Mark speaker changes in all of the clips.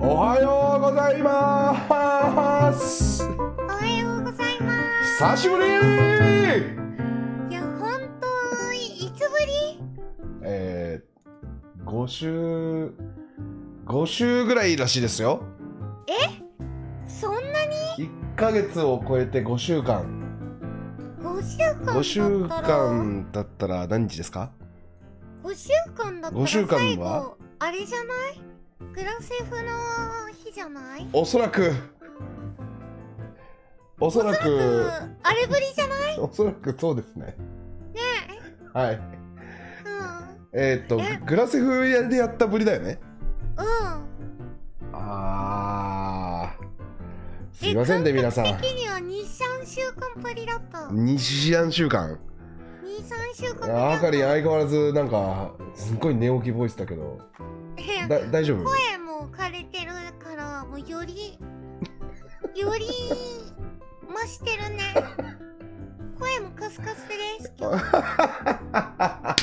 Speaker 1: おはようございます
Speaker 2: おはようございます。
Speaker 1: 久しぶり
Speaker 2: いや、本当い、いつぶり
Speaker 1: えー、5週5週ぐらいらしいですよ
Speaker 2: そんなに
Speaker 1: 1ヶ月を超えて5週間
Speaker 2: 5週間
Speaker 1: 5週
Speaker 2: だったら
Speaker 1: 間だったら何日ですか
Speaker 2: 5週間だった
Speaker 1: 五
Speaker 2: ら
Speaker 1: 週間は
Speaker 2: 最後あれじゃないグラセフの日じゃない
Speaker 1: おそらくおそらく
Speaker 2: うんあれぶりじゃない
Speaker 1: おそらくそうですねはいえーっと
Speaker 2: え
Speaker 1: グラセフでやったぶりだよね
Speaker 2: うん。うん。
Speaker 1: あーすいませんね
Speaker 2: え
Speaker 1: 皆さ
Speaker 2: 感覚
Speaker 1: ん
Speaker 2: 的には2、3週間ぶりだった。2、3
Speaker 1: 2時間週間
Speaker 2: 週間ぶりだった。
Speaker 1: あかりん相変わらずなんかすっごい寝起きボイスだけど
Speaker 2: え
Speaker 1: だ大丈夫
Speaker 2: 声も枯れてるから、もうより、より、増してるね。声もカスカスです。 今日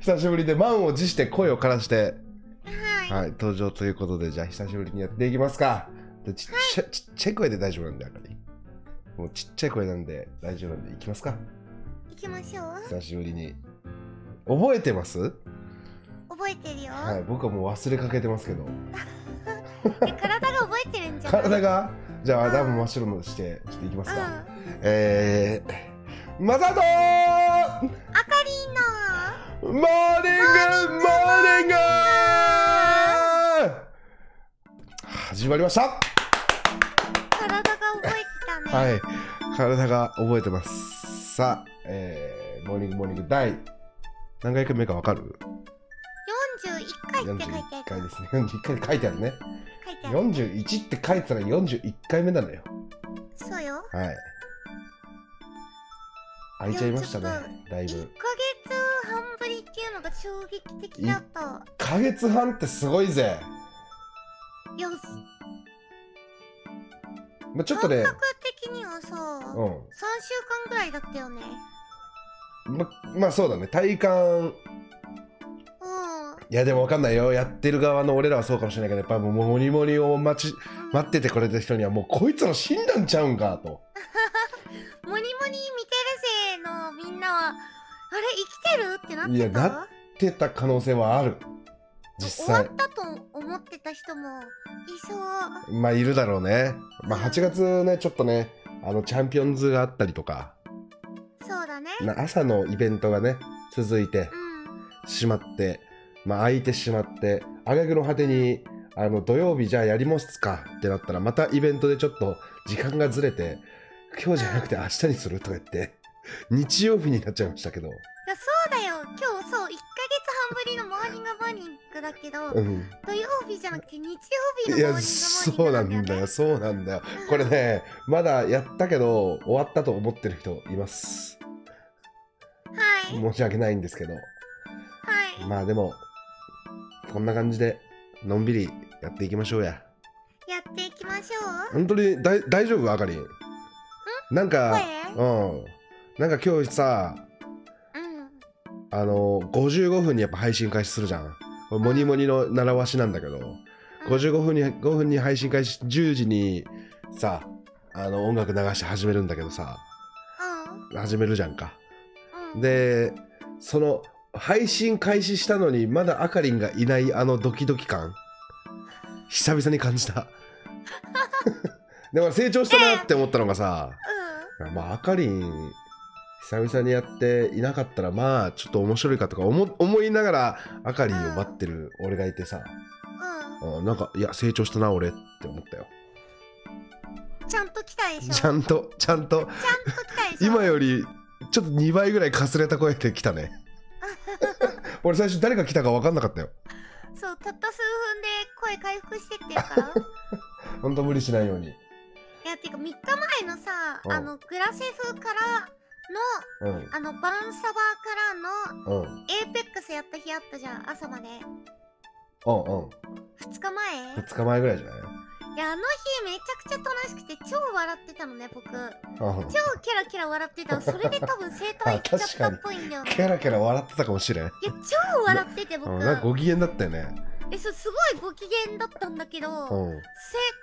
Speaker 1: 久しぶりで満を持して声を枯らして、
Speaker 2: はい。
Speaker 1: はい、登場ということでじゃあ久しぶりにやっていきますかでちっちゃちっちゃい声で大丈夫なんであかりんもうちっちゃい声なんで大丈夫なんでいきますか
Speaker 2: 行きましょう。
Speaker 1: 久しぶりに覚えてます
Speaker 2: 覚えてるよ。
Speaker 1: はい僕はもう忘れかけてますけど
Speaker 2: え体が覚えてるんじゃない
Speaker 1: 体がじゃあ
Speaker 2: うん
Speaker 1: 頭真っ白のしてちょっといきます
Speaker 2: うん。
Speaker 1: か、
Speaker 2: あか
Speaker 1: えー、マサトー
Speaker 2: りーな
Speaker 1: モーニングモーニング始まりました
Speaker 2: 体が覚えてたね。
Speaker 1: はい体が覚えてますさあ、えー、モーニングモーニング第何回目かわかる
Speaker 2: 41回って書いてあ
Speaker 1: 回
Speaker 2: る。
Speaker 1: ですね41回書いてあるね
Speaker 2: 書いてある。
Speaker 1: 41って書いてたら41回目なのよ
Speaker 2: そうよ。
Speaker 1: はい開いちゃいましたねだいぶ
Speaker 2: 1ヶ月半ぶりっていうのが衝撃的だった。
Speaker 1: 1ヶ月半ってすごいぜ、
Speaker 2: よし。
Speaker 1: まあ、ちょっとね
Speaker 2: 感覚的にはさ、3
Speaker 1: うん
Speaker 2: 週間ぐらいだったよね。
Speaker 1: ままあそうだね体感
Speaker 2: うん。
Speaker 1: いやでも分かんないよやってる側の俺らはそうかもしれないけどやっぱもうモニモニを待ち待っててくれた人にはもうこいつら死んだんちゃうんかと
Speaker 2: モニモニ見てるぜのみんなは、あれ生きてるってなってた
Speaker 1: いやな言ってた可能性はある実
Speaker 2: 終わ
Speaker 1: 際
Speaker 2: ったと思ってた人もいそう。
Speaker 1: まあいるだろうねまあ8月ねちょっとねあのチャンピオンズがあったりとか
Speaker 2: そうだね。
Speaker 1: な朝のイベントがね続いて
Speaker 2: うん。
Speaker 1: しまってまあ空いてしまって挙句の果てにあの土曜日じゃあやりますかってなったらまたイベントでちょっと時間がずれて今日じゃなくて明日にするとか言って日曜日になっちゃいましたけど、
Speaker 2: いやそうだよ。今日そう、1ヶ月半ぶりのモーニングモーニングだけど、
Speaker 1: うん、
Speaker 2: 土曜日じゃなくて日曜日の
Speaker 1: い
Speaker 2: モーニングモーニング
Speaker 1: やそうなんだよそうな
Speaker 2: ね。
Speaker 1: んだよこれねまだやったけど終わったと思ってる人います
Speaker 2: はい。はい。
Speaker 1: 申し訳ないんですけどまあでもこんな感じでのんびりやっていきましょうや
Speaker 2: やっていきましょう。
Speaker 1: 本当にだい大丈夫あかりんなんか
Speaker 2: 声
Speaker 1: うんなんか今日さ
Speaker 2: うん。
Speaker 1: あの55分にやっぱ配信開始するじゃんこれモニモニの習わしなんだけど55分に5分に配信開始10時にさあの音楽流して始めるんだけどさ始めるじゃんか
Speaker 2: うん。うん。
Speaker 1: でその配信開始したのにまだあかりんがいないあのドキドキ感久々に感じたでも成長したなって思ったのがさ、まあ、あかりん、久々にやっていなかったら、まあ、ちょっと面白いかとか思思いながら、あかりんを待ってる俺がいてさ、
Speaker 2: うん。うん。
Speaker 1: うんなんか、いや、成長したな、俺って思ったよ。
Speaker 2: ちゃんと来たでしょ。
Speaker 1: ちゃんと、ちゃんと、
Speaker 2: ちゃんと来たでしょ。
Speaker 1: 今より、ちょっと2倍ぐらいかすれた声で来たね。俺、最初、誰が来たか分かんなかったよ。
Speaker 2: そう、たった数分で声回復してってる から。
Speaker 1: ほんと、無理しないように。
Speaker 2: いや、てか3日前のさ、
Speaker 1: うん
Speaker 2: あの、グラセフからの、
Speaker 1: うん、
Speaker 2: あの、バンサバからの、
Speaker 1: うん、うん、
Speaker 2: エーペックスやった日あったじゃん、朝ま
Speaker 1: う
Speaker 2: で。
Speaker 1: ん。
Speaker 2: 2日前い
Speaker 1: 2日前ぐらいじゃない
Speaker 2: や、あの日めちゃくちゃ楽しくて、超笑ってたのね、僕。超
Speaker 1: うん
Speaker 2: キラキラ笑ってたの。それで多分生徒行っち ゃったっぽいんだよね。
Speaker 1: ケラケラ笑ってたかもしれん。
Speaker 2: いや、超笑ってて、僕。
Speaker 1: うん、なんかご機嫌だったよね。
Speaker 2: そうえそうすごいご機嫌だったんだけど、
Speaker 1: うん、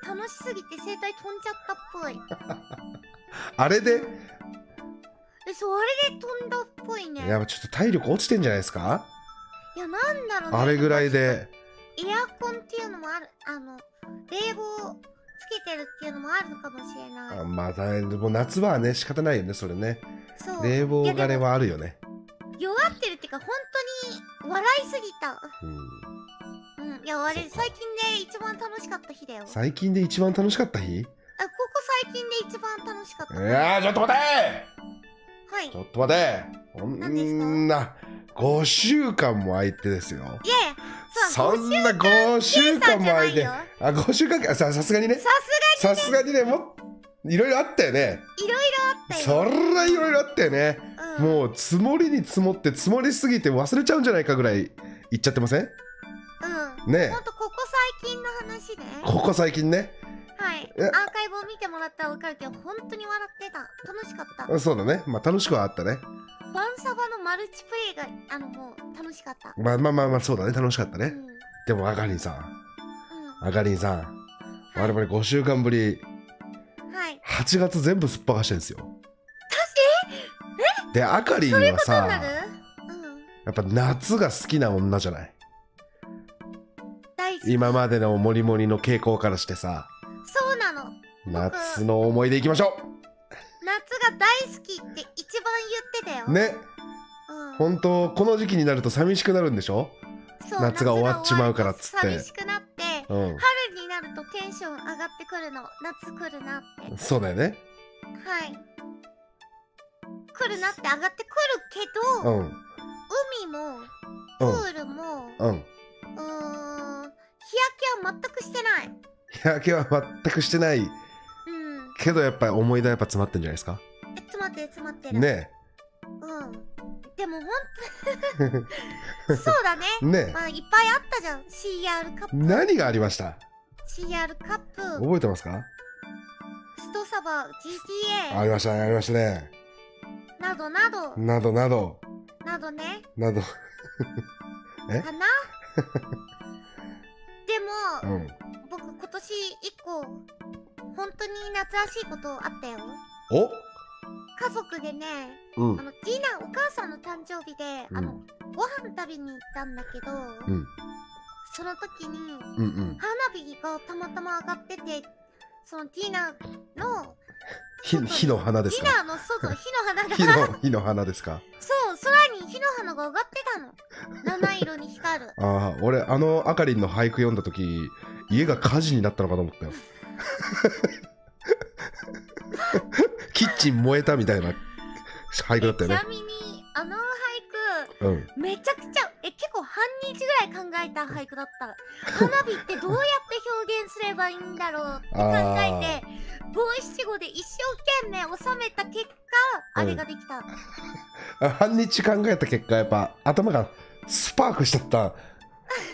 Speaker 2: せ楽しすぎて声帯飛んじゃったっぽい
Speaker 1: あれで
Speaker 2: えそうあれで飛んだっぽいねい
Speaker 1: やっ
Speaker 2: や
Speaker 1: ぱちょっと体力落ちてんじゃないですか
Speaker 2: なんだろうね
Speaker 1: あれぐらいで
Speaker 2: エアコンっていうのもあるあの冷房つけてるっていうのもあるのかもしれない
Speaker 1: あまあ大変でも夏場はね仕方ないよねそれね
Speaker 2: そう
Speaker 1: 冷房
Speaker 2: いや
Speaker 1: が
Speaker 2: で
Speaker 1: れ
Speaker 2: も
Speaker 1: はあるよね
Speaker 2: 弱ってるっていうか本当に笑いすぎた
Speaker 1: うん
Speaker 2: うんいやあれ
Speaker 1: そっか
Speaker 2: 最近で一番楽しかった日だよあここ
Speaker 1: 最近で一番楽しかった日い
Speaker 2: 最近で一番楽しかった日は
Speaker 1: やーちょっと待て
Speaker 2: い
Speaker 1: ちょっと待てこ
Speaker 2: 何ですか
Speaker 1: んな5週間も空いてですよ
Speaker 2: いやいやそう
Speaker 1: そんな5週間
Speaker 2: さん
Speaker 1: も
Speaker 2: じゃな
Speaker 1: 空い
Speaker 2: い
Speaker 1: て
Speaker 2: よ
Speaker 1: あ5週間かささすがにね
Speaker 2: さす
Speaker 1: さすがにねもういろいろあったよね
Speaker 2: がいろいろあったよ
Speaker 1: そらいろいろあったよね
Speaker 2: うん
Speaker 1: もう積もりに積もって積もりすぎて忘れちゃうんじゃないかぐらい言っちゃってません
Speaker 2: うん
Speaker 1: ね
Speaker 2: ほんとここ最近の話ね
Speaker 1: ここ最近ね
Speaker 2: はい
Speaker 1: え
Speaker 2: アーカイブを見てもらったらわかるけど本当に笑ってた楽しかった
Speaker 1: そうだねまあ楽しくはあったね
Speaker 2: バンサバのマルチプレイがあのもう楽しかった
Speaker 1: まあまあまあまあそうだね楽しかった
Speaker 2: うん
Speaker 1: ね
Speaker 2: うん
Speaker 1: でもあかりんさんあかりんさん我
Speaker 2: はい
Speaker 1: 々5週間ぶり
Speaker 2: はい
Speaker 1: 8月全部すっぱかしてるんですよであかりんは
Speaker 2: どう
Speaker 1: さ
Speaker 2: なるうん
Speaker 1: やっぱ夏が好きな女じゃない
Speaker 2: 大好き
Speaker 1: 今までのモリモリの傾向からしてさ
Speaker 2: そうなの
Speaker 1: 夏の思い出いきましょ
Speaker 2: 夏が大好きって一番言ってたよ
Speaker 1: うね
Speaker 2: うん
Speaker 1: 本当この時期になると寂しくなるんでしょ
Speaker 2: そう
Speaker 1: 夏が終わっちまうからっつって
Speaker 2: 夏が終わると寂しくなって
Speaker 1: うん
Speaker 2: 春になるとテンション上がってくるの夏来るなって
Speaker 1: そうだよね
Speaker 2: はい来るなって上がってくるけ
Speaker 1: う
Speaker 2: ど、
Speaker 1: ん
Speaker 2: 海もプ
Speaker 1: うん
Speaker 2: ールも、
Speaker 1: うん
Speaker 2: うーん日焼けは全くしてない
Speaker 1: 日焼けは全くしてない
Speaker 2: うん
Speaker 1: けどやっぱり思い出はやっぱ詰まってんじゃないですか
Speaker 2: え詰まってる詰まってる
Speaker 1: ね
Speaker 2: うんでもほんと そうだね
Speaker 1: えね
Speaker 2: まあいっぱいあったじゃん CR カッ
Speaker 1: え
Speaker 2: プ
Speaker 1: 何がありました
Speaker 2: CR カップ
Speaker 1: 覚えてますか
Speaker 2: ストサバ
Speaker 1: あ
Speaker 2: GTA
Speaker 1: りましたねありましたね
Speaker 2: などなど
Speaker 1: などなど
Speaker 2: などね
Speaker 1: などえ
Speaker 2: かなで
Speaker 1: う
Speaker 2: も
Speaker 1: ん
Speaker 2: 僕今年一個本当に夏らしいことあったよ家族でね
Speaker 1: おう
Speaker 2: あ
Speaker 1: ん
Speaker 2: のディナーお母さんの誕生日で、
Speaker 1: うん
Speaker 2: あのご飯食べに行ったんだけど、
Speaker 1: うん
Speaker 2: その時に
Speaker 1: うんうん
Speaker 2: 花火がたまたま上がっててそのディナーの
Speaker 1: 火火の花
Speaker 2: デ
Speaker 1: です
Speaker 2: ィ
Speaker 1: か
Speaker 2: ナー の外火の花
Speaker 1: 火
Speaker 2: が
Speaker 1: の火の花ですか
Speaker 2: そう空に火の花が上がってたの七色に光る
Speaker 1: ああ俺あのあかりんの俳句読んだ時家が火事になったのかと思ったよキッチン燃えたみたいな俳句だったよ
Speaker 2: ち
Speaker 1: ね
Speaker 2: なみにあの俳
Speaker 1: うん
Speaker 2: 句めちゃくちゃえ結構半日ぐらい考えた俳句だった 花火ってどうやって表現すればいいんだろうって考えて五七五で一生懸命収めた結果あれができた、
Speaker 1: あ半日考えた結果やっぱ頭がスパークしちゃった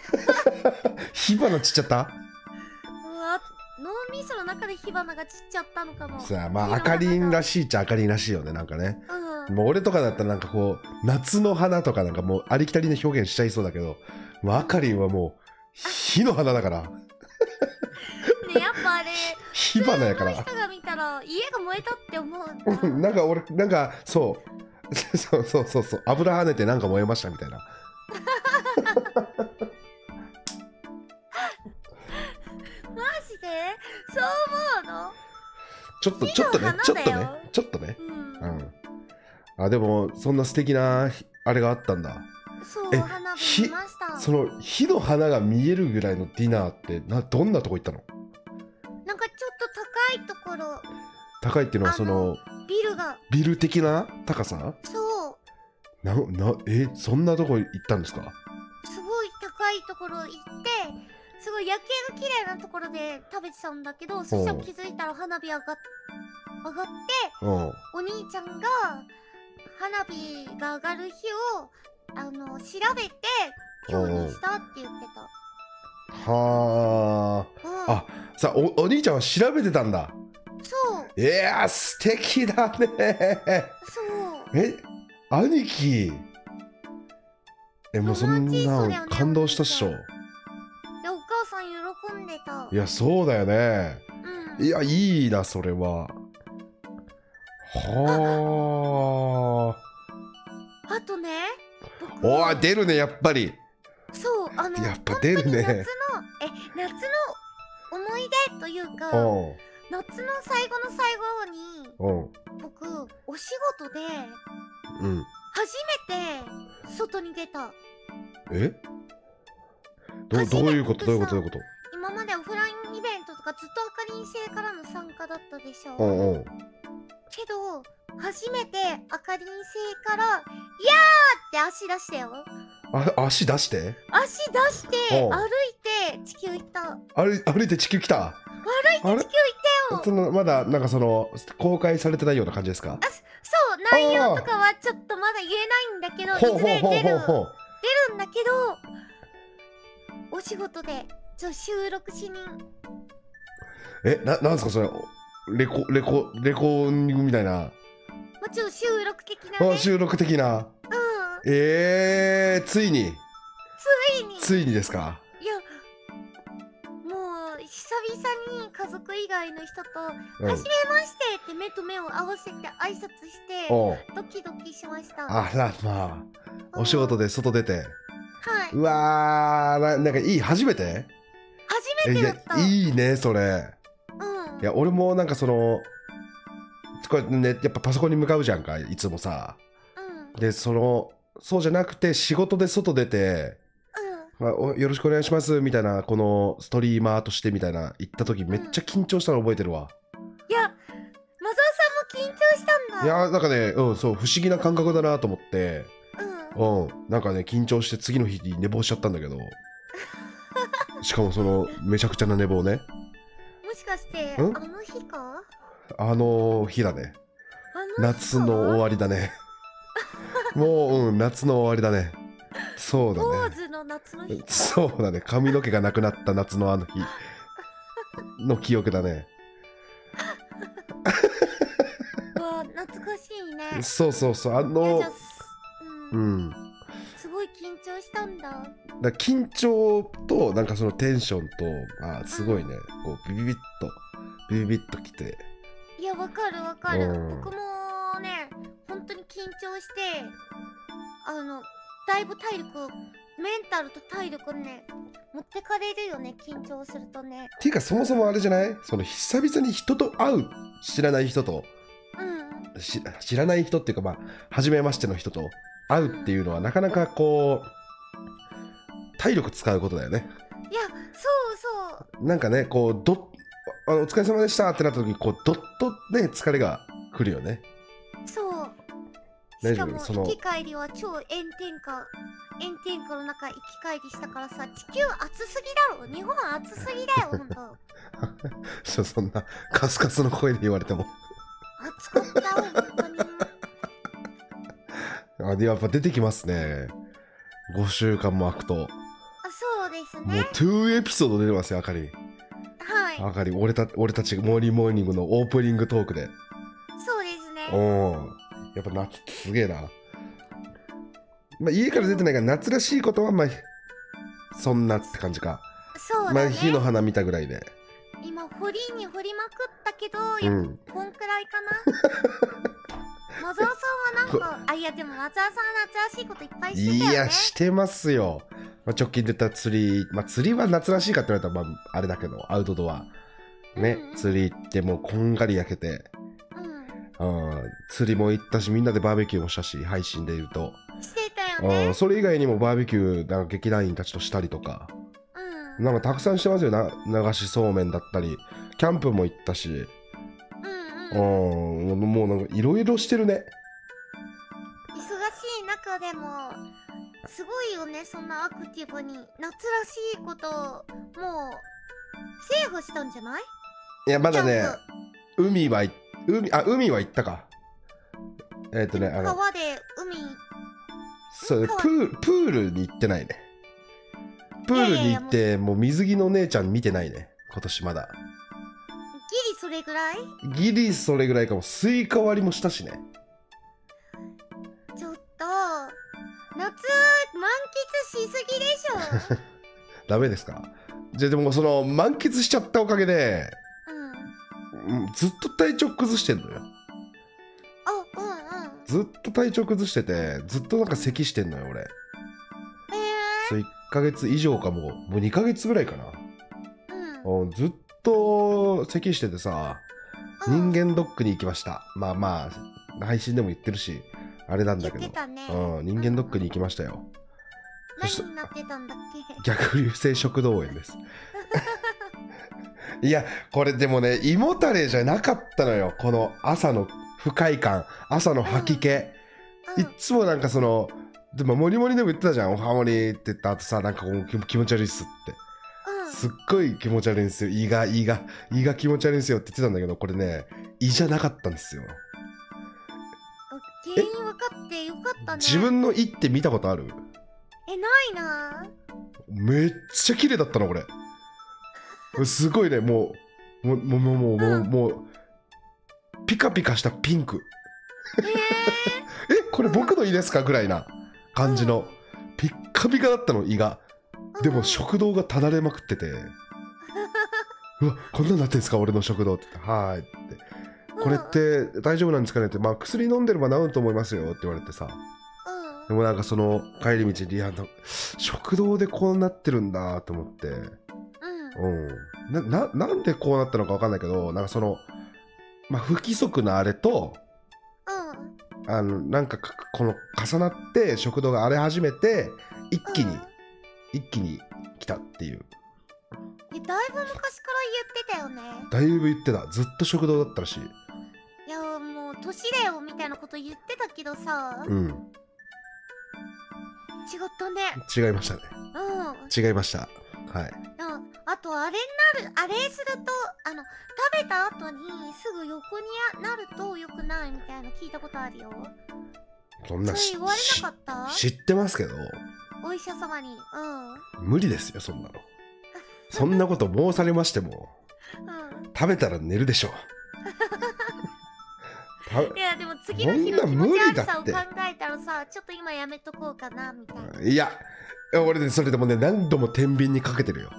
Speaker 1: 火花散っちゃった
Speaker 2: うわ脳みその中で火花が散っちゃったのかも。
Speaker 1: さあまああかりんらしいっちゃあかりんらしいよねなんかね
Speaker 2: うん、
Speaker 1: もう俺とかだったらなんかこう夏の花とかなんかもうありきたりな表現しちゃいそうだけど、まあ、あかりんはもう火の花だから
Speaker 2: ねやっぱあれ、
Speaker 1: 火花やか
Speaker 2: 普
Speaker 1: ら
Speaker 2: 通の人が見たら家が燃えたって思うんだ。
Speaker 1: うんなんか俺なんかそうそう そうそうそう油跳ねてなんか燃えましたみたいな
Speaker 2: マジでそう思うの
Speaker 1: ちょっとちょっとねち
Speaker 2: 火
Speaker 1: ょっと
Speaker 2: の花だよ
Speaker 1: ねちょっとねう
Speaker 2: うん
Speaker 1: あでもそんな素敵なあれがあったんだ
Speaker 2: ん。そ
Speaker 1: え
Speaker 2: う、花火見ました。
Speaker 1: その火の花が見えるぐらいのディナーってなどんなとこ行ったの
Speaker 2: なんかちょっと高いところ、
Speaker 1: 高いっていうのはその
Speaker 2: ビルが、
Speaker 1: ビル的な高さ
Speaker 2: そう、
Speaker 1: ななえそんなとこ行ったんですか
Speaker 2: すごい高いところ行って、すごい夜景が綺麗なところで食べてたんだけど、そしたら気づいたら花火上がっ上がって、
Speaker 1: うん
Speaker 2: お兄ちゃんが花火が上がる日をあの調べて今日にしたって言ってた。
Speaker 1: は
Speaker 2: うん、
Speaker 1: あさおお兄ちゃんは調べてたんだ
Speaker 2: そう
Speaker 1: いやー素敵だね
Speaker 2: そう。
Speaker 1: え兄貴えもうそん
Speaker 2: 友達そうだよ
Speaker 1: な
Speaker 2: ね
Speaker 1: 感動したっしょ
Speaker 2: お喜んでた
Speaker 1: いやそうだよね
Speaker 2: うん
Speaker 1: いやいいなそれははあ
Speaker 2: あとね僕
Speaker 1: おー出るねやっぱり
Speaker 2: そうあの
Speaker 1: やっぱ出るね
Speaker 2: 本当に夏のえ夏の思い出というか
Speaker 1: うん
Speaker 2: 夏の最後の最後に
Speaker 1: うん
Speaker 2: 僕お仕事で
Speaker 1: うん
Speaker 2: 初めて外に出た
Speaker 1: えど
Speaker 2: 初め
Speaker 1: どういうことどういうことどういうこ
Speaker 2: 今までオフラインイベントとかずっとあかりん星からの参加だったでしょ
Speaker 1: とうんうん
Speaker 2: けど初めてあかりん星から「いやー!」って足出したよ
Speaker 1: あ足出して
Speaker 2: 足出して
Speaker 1: おう
Speaker 2: 歩いて地球行った歩
Speaker 1: 歩い歩いて地球来た
Speaker 2: いて地球
Speaker 1: あ
Speaker 2: 行っ
Speaker 1: れ
Speaker 2: たよ
Speaker 1: そのまだなんかその公開されてないような感じですか
Speaker 2: そう内容とかはちょっとまだ言えないんだけどいずれ出る
Speaker 1: ほう
Speaker 2: 出るんだけどお仕事でちょ収録しに
Speaker 1: えななんですかそれレコレコレコーディングみたいな、
Speaker 2: もちろん収録的な
Speaker 1: あ
Speaker 2: ね
Speaker 1: 収録的な
Speaker 2: うん
Speaker 1: えー、ついに
Speaker 2: ついに
Speaker 1: ついにですか
Speaker 2: いやもう久々に家族以外の人と「
Speaker 1: うん
Speaker 2: はじめまして!」って目と目を合わせて挨拶して
Speaker 1: おう
Speaker 2: ドキドキしました
Speaker 1: あらまあお仕事で外出て
Speaker 2: はいう
Speaker 1: わーななんかいい初めて
Speaker 2: 初
Speaker 1: え
Speaker 2: め
Speaker 1: い
Speaker 2: てだ
Speaker 1: や
Speaker 2: った
Speaker 1: いいねそれ
Speaker 2: うん
Speaker 1: いや俺もなんかそのこれねやっぱパソコンに向かうじゃんかいつもさ
Speaker 2: うん
Speaker 1: でそのそうじゃなくて仕事で外出て
Speaker 2: うん
Speaker 1: まあ、およろしくお願いしますみたいなこのストリーマーとしてみたいな言った時めっちゃ緊張したの覚えてるわ、
Speaker 2: いやマザーさんも緊張したん
Speaker 1: い
Speaker 2: だ
Speaker 1: やーなんかねうんそう不思議な感覚だなと思って
Speaker 2: う
Speaker 1: う
Speaker 2: ん
Speaker 1: んなんかね緊張して次の日に寝坊しちゃったんだけどしかもそのめちゃくちゃな寝坊ね
Speaker 2: もしかしてあ
Speaker 1: ん
Speaker 2: の日か
Speaker 1: あの日だね
Speaker 2: あの日か
Speaker 1: 夏の終わりだねもううん夏の終わりだねそうだね
Speaker 2: 坊主の夏の日か
Speaker 1: そうだね髪の毛がなくなった夏のあの日の記憶だね
Speaker 2: わ懐かしいね
Speaker 1: そうそうそうあ
Speaker 2: いや
Speaker 1: の
Speaker 2: じゃあすう
Speaker 1: うんん
Speaker 2: すごい緊張したんだ
Speaker 1: だから緊張となんかそのテンションとあーすごいねこうビビビッとビビビッときて
Speaker 2: いやわかるわかる、
Speaker 1: うん
Speaker 2: 僕もね本当に緊張してあのだいぶ体力をメンタルと体力をね持ってかれるよね緊張するとね
Speaker 1: ていうかそもそもあれじゃないその久々に人と会う知らない人と
Speaker 2: うん
Speaker 1: し知らない人っていうかまあ初めましての人と会うっていうのはなかなかこう体力使うことだよね
Speaker 2: いやそうそう
Speaker 1: なんかねこうどあのお疲れ様でしたってなった時こうどっとね疲れが来るよね
Speaker 2: そう
Speaker 1: 大丈
Speaker 2: しか
Speaker 1: 夫
Speaker 2: も
Speaker 1: その
Speaker 2: 行き帰りは超炎天下炎天下の中行き帰りしたからさ地球暑すぎだろ日本暑す ぎだよほんと
Speaker 1: そうそんなカスカスの声で言われても
Speaker 2: 暑かったよほんとに
Speaker 1: あでやっぱ出てきますね5週間も空くと
Speaker 2: あそうです
Speaker 1: もう
Speaker 2: ね
Speaker 1: 2エピソード出てますよあかり
Speaker 2: はい
Speaker 1: あかり俺た俺たちモーリーモーニングのオープニングトークで
Speaker 2: そうですね
Speaker 1: うんやっぱ夏ってすげえな、まあ、家から出てないから夏らしいことはまあそんなって感じか、
Speaker 2: そうだね、
Speaker 1: まあ火の花見たぐらいで
Speaker 2: 今掘りに掘りまくったけど、
Speaker 1: う
Speaker 2: やっ
Speaker 1: ん
Speaker 2: ぱこんくらいか なマザーさんはなんかあいやでもマザーさんは夏らしいこといっぱいして
Speaker 1: い
Speaker 2: たよ
Speaker 1: や
Speaker 2: ね
Speaker 1: してますよ、まあ、直近出た釣り、まあ、釣りは夏らしいかって言われたらまああれだけどアウトドアね、
Speaker 2: うんうん
Speaker 1: 釣り行ってもうこんがり焼けてうん釣りも行ったしみんなでバーベキューもしたし配信で言うと、
Speaker 2: うんしてた
Speaker 1: う
Speaker 2: よね
Speaker 1: ん、それ以外にもバーベキューなんか劇団員たちとしたりとか
Speaker 2: うん
Speaker 1: なんかたくさんしてますよな流しそうめんだったりキャンプも行ったし、うん、
Speaker 2: うんうん
Speaker 1: もうなんかいろいろしてるね
Speaker 2: 忙しい中でもすごいよねそんなアクティブに夏らしいことをもう制覇したんじゃない
Speaker 1: いやまだね
Speaker 2: キャンプ
Speaker 1: 海は行海あ海は行ったかえっ、とねあの
Speaker 2: 川で海
Speaker 1: そうプ
Speaker 2: 川
Speaker 1: ープールに行ってないねプールに行っ
Speaker 2: い
Speaker 1: てもう水着の姉ちゃん見てないね今年まだ
Speaker 2: ギリそれぐらい
Speaker 1: ギリそれぐらいかもスイカ割りもしたしね
Speaker 2: ちょっと夏満喫しすぎでしょ
Speaker 1: ダメですかじゃあでもその満喫しちゃったおかげで
Speaker 2: うん。
Speaker 1: うんずっと体調崩してんのよ
Speaker 2: あ、うんうん。
Speaker 1: ずっと体調崩しててずっとなんか咳してんのよ俺
Speaker 2: え
Speaker 1: そう1ヶ月以上かもうもう2ヶ月ぐらいかな
Speaker 2: えー。うん。
Speaker 1: うんずっと咳しててさ人間ドックに行きましたまあまあ配信でも言ってるしあれなんだ
Speaker 2: 言
Speaker 1: け
Speaker 2: って
Speaker 1: ど、
Speaker 2: たね。
Speaker 1: うん、人間ドックに行きましたよ
Speaker 2: 何になってたんだっけ
Speaker 1: 逆流性食道炎です いやこれでもね胃もたれじゃなかったのよこの朝の不快感朝の吐き気、
Speaker 2: う
Speaker 1: いっ
Speaker 2: ん。
Speaker 1: つもなんかそのでもモリモリでも言ってたじゃんおはもりって言った後さなんかこう気気持ち悪いっすって
Speaker 2: うん。
Speaker 1: すっごい気持ち悪いんですよ胃が胃が胃が気持ち悪いんですよって言ってたんだけどこれね胃じゃなかったんですよ
Speaker 2: 原因分かってよかったね。
Speaker 1: 自分の胃って見たことある
Speaker 2: え、ないな
Speaker 1: めっちゃ綺麗だったな俺すごいねもうもうもうもうもうもうもうピカピカしたピンク
Speaker 2: ぁ。え
Speaker 1: えこれ僕の胃ですかぐらいな感じのピッカピカだったの胃が
Speaker 2: ー。
Speaker 1: でも食堂がただれまくって てうわこんなんなってんですか俺の食堂って言ってはーいって
Speaker 2: うん
Speaker 1: これっ。て大丈夫なんですかねってまあ薬飲んでれば治ると思いますよって言われてさ
Speaker 2: うん
Speaker 1: でもなんかその帰り道にいやな食堂でこうなってるんだと思って
Speaker 2: うん。うん。
Speaker 1: うん、なななんでこうなったのか分かんないけどなんかその、まあ、不規則なあれと
Speaker 2: うん。
Speaker 1: あのなんかかこの重なって食道が荒れ始めて一気に、
Speaker 2: うん
Speaker 1: 一気に来たっていう
Speaker 2: いやだいぶ昔から言ってたよね。
Speaker 1: だいぶ言ってたずっと食道だったらしい、
Speaker 2: いやもう年だよみたいなこと言ってたけどさ、違っ
Speaker 1: うん、
Speaker 2: たね
Speaker 1: 違いましたね
Speaker 2: うん
Speaker 1: 違いましたはい
Speaker 2: うんあとあれになるあれするとあの食べた後にすぐ横にあなると良くないみたいな聞いたことあるよ
Speaker 1: そん
Speaker 2: そ
Speaker 1: な
Speaker 2: れ
Speaker 1: し
Speaker 2: 言われなかった
Speaker 1: し知ってますけど
Speaker 2: お医者様にうんうん
Speaker 1: 無理ですよそん なのそんなこと申されましても食べたら寝るでしょう食べ
Speaker 2: いやでも次の日の
Speaker 1: そ
Speaker 2: 気
Speaker 1: んな無
Speaker 2: 持ち
Speaker 1: 理
Speaker 2: 悪
Speaker 1: だって
Speaker 2: さを考えたらさちょっと今やめとこうかなみたいない
Speaker 1: や俺ねそれでもね何度も天秤にかけてるよ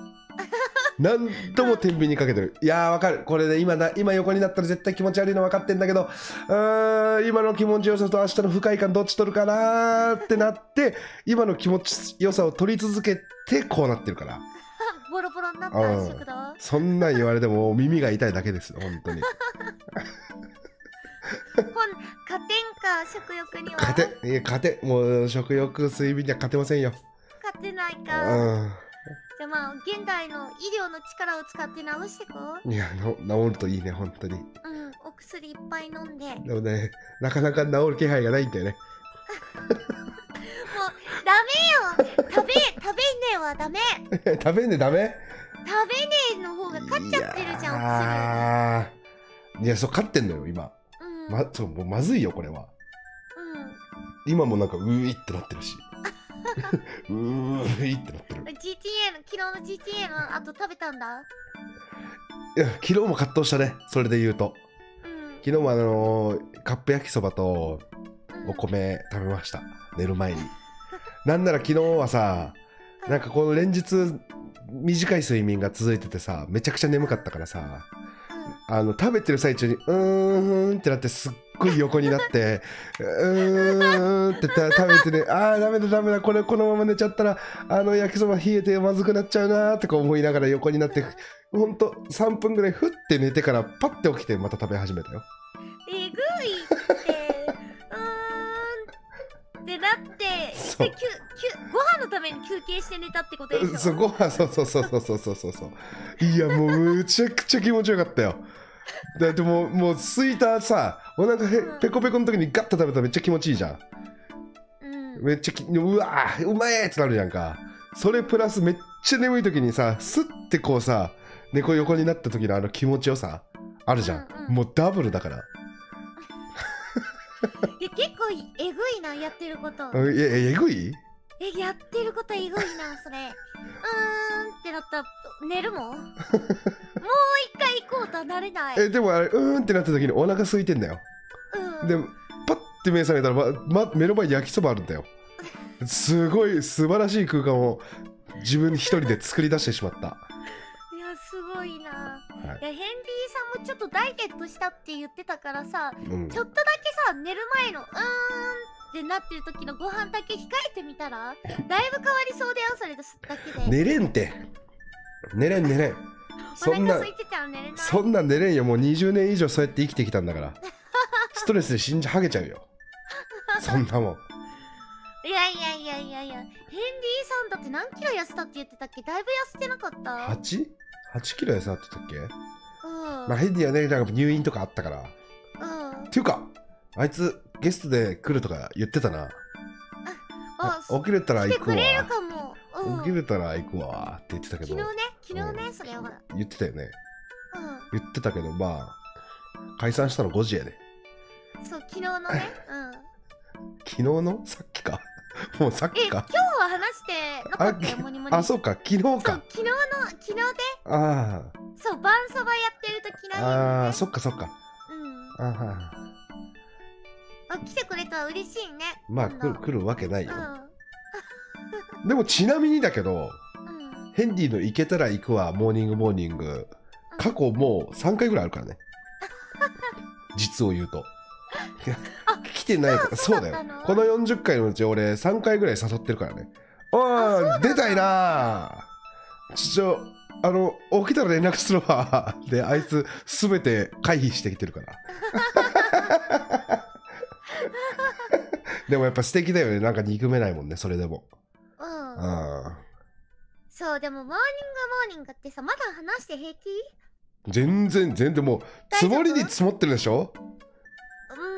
Speaker 1: 何度も天秤にかけてるいやーわかるこれね今な今横になったら絶対気持ち悪いの分かってんだけどうーん今の気持ちよさと明日の不快感どっち取るかなーってなって今の気持ちよさを取り続けてこうなってるから
Speaker 2: ボロボロになった
Speaker 1: うん
Speaker 2: 食堂
Speaker 1: そんなん言われても耳が痛いだけですよ本当に
Speaker 2: ほん加点か食欲には
Speaker 1: 勝ていや勝てもう食欲睡眠には勝てませんよ
Speaker 2: 勝てないか
Speaker 1: う
Speaker 2: じゃあまあ現代の医療の力を使って治してこう。
Speaker 1: んいやの治るといいね本当に
Speaker 2: うん、お薬いっぱい飲 んで。もう
Speaker 1: でもねなかなか治る気配がないんだよね
Speaker 2: ダメよ食べ、食べねえはダメ食べね
Speaker 1: 食べんでダメ
Speaker 2: えの方が勝っちゃってるじゃん、お
Speaker 1: ゃんいやそう勝ってんのよ今、
Speaker 2: 薬。うん。
Speaker 1: まそうもうまずいよこれは
Speaker 2: う
Speaker 1: 今もなんかうーいってなってる しうーいってなってる
Speaker 2: ん。GTA の、昨日の GTA の後食べたんだ。
Speaker 1: いや昨日も葛藤したねそれで言うと
Speaker 2: うん。
Speaker 1: 昨日もあのーカップ焼きそばと
Speaker 2: うん
Speaker 1: お。米食べました寝る前になんなら昨日はさなんかこの連日短い睡眠が続いててさめちゃくちゃ眠かったからさ
Speaker 2: うん
Speaker 1: あの食べてる最中にうーんってなってすっごい横になってうーんってた食べてねああダメだダメだこれこのまま寝ちゃったらあの焼きそば冷えてまずくなっちゃうなーってこう思いながら横になってほんと3分ぐらいふって寝てからパッて起きてまた食べ始めたよ
Speaker 2: えぐいって、うーんってなって、で、
Speaker 1: そう
Speaker 2: きゅきゅご飯のために休憩して寝たってことでしょ
Speaker 1: そこはそうそうそうそうそうそうそうそういやもうめちゃくちゃ気持ちよかったよだってもうもうすいたさお腹へ
Speaker 2: うん
Speaker 1: ペコペコの時にガッと食べたらめっちゃ気持ちいいじゃん
Speaker 2: うん。
Speaker 1: めっちゃきうわーうまいってなるじゃんかそれプラスめっちゃ眠い時にさスッてこうさ猫横になった時のあの気持ちよさあるじゃん、
Speaker 2: うんうん
Speaker 1: もうダブルだから、
Speaker 2: いや結構えぐいなやってること、
Speaker 1: うん、いやえぐい
Speaker 2: えやってることえぐいなそれうーんってなったら寝るも んもう一回行こうとはなれない
Speaker 1: えでもあれうーんってなった時にお腹空いてんだよ
Speaker 2: うん
Speaker 1: でパッて目覚めたら、まま、目の前に焼きそばあるんだよすごい素晴らしい空間を自分一人で作り出してしまった。
Speaker 2: いやすごいな
Speaker 1: はい
Speaker 2: やヘンリーさんもちょっとダイエットしたって言ってたからさ
Speaker 1: い。うん
Speaker 2: ち。ょっとだけさ寝る前のうーんってなってる時のご飯だけ控えてみたらだいぶ変わりそうだよそれだけで、
Speaker 1: 寝れんて。寝れん寝れん。
Speaker 2: お
Speaker 1: そん
Speaker 2: 腹
Speaker 1: な
Speaker 2: 空いてたら寝れない
Speaker 1: そんなん寝れんよ。もう20年以上そうやって生きてきたんだ から。ストレスで死んじゃはげちゃうよ。そんなもん。
Speaker 2: いやいやいやいやいやヘンリーさんだって何キロ痩せたって言ってたっけだいぶ痩せてなかった
Speaker 1: 8?8 キロ痩せたって言ったっけ
Speaker 2: うん、
Speaker 1: まあヘンリーはね、なんか入院とかあったから。
Speaker 2: うん
Speaker 1: ていうか、あいつゲストで来るとか言ってたな。
Speaker 2: あ
Speaker 1: 起きれたら
Speaker 2: 来て
Speaker 1: 行く
Speaker 2: く
Speaker 1: わ。
Speaker 2: れるかも、うん、
Speaker 1: 起きれたら行くわって言ってたけ
Speaker 2: 昨日
Speaker 1: ど
Speaker 2: ね、昨日ね、それは。
Speaker 1: 言ってたよね
Speaker 2: う
Speaker 1: 言ってたけどまあ解散したの5時やで
Speaker 2: ん。そう、昨日のね。うん。
Speaker 1: 昨日のさっきかもうさっ
Speaker 2: え、
Speaker 1: き
Speaker 2: 今
Speaker 1: か
Speaker 2: 日は話してなかったよ、
Speaker 1: あ
Speaker 2: モニモニ。
Speaker 1: あ
Speaker 2: そう、
Speaker 1: そうか昨日か
Speaker 2: 昨日の、昨日で、
Speaker 1: あー
Speaker 2: そう、晩そばやってる時なん
Speaker 1: あー
Speaker 2: ね。
Speaker 1: そっかそっか
Speaker 2: うん。
Speaker 1: あは
Speaker 2: あ、来てくれたら嬉しいね。
Speaker 1: まあ
Speaker 2: 今
Speaker 1: 来
Speaker 2: 度
Speaker 1: る来るわけないうよ
Speaker 2: ん。
Speaker 1: でもちなみにだけど
Speaker 2: うん。
Speaker 1: ヘンリーの「行けたら行くわモーニングモーニング」過去もう3回ぐらいあるからね実を言うといや
Speaker 2: あ
Speaker 1: 来てないから
Speaker 2: そ
Speaker 1: そうう
Speaker 2: だ
Speaker 1: だ
Speaker 2: った
Speaker 1: よ
Speaker 2: の
Speaker 1: この40回のうち俺3回ぐらい誘ってるからねああ出たいなーちょあの起きたら連絡するわであいつ全て回避してきてるからでもやっぱ素敵だよねなんか憎めないもんねそれでも
Speaker 2: うん。
Speaker 1: あ
Speaker 2: そう、でも、モーニングモーニングってさ、まだ話して平気
Speaker 1: 全然全然もう
Speaker 2: 大丈
Speaker 1: 積
Speaker 2: 夫
Speaker 1: もりに積もってるでしょ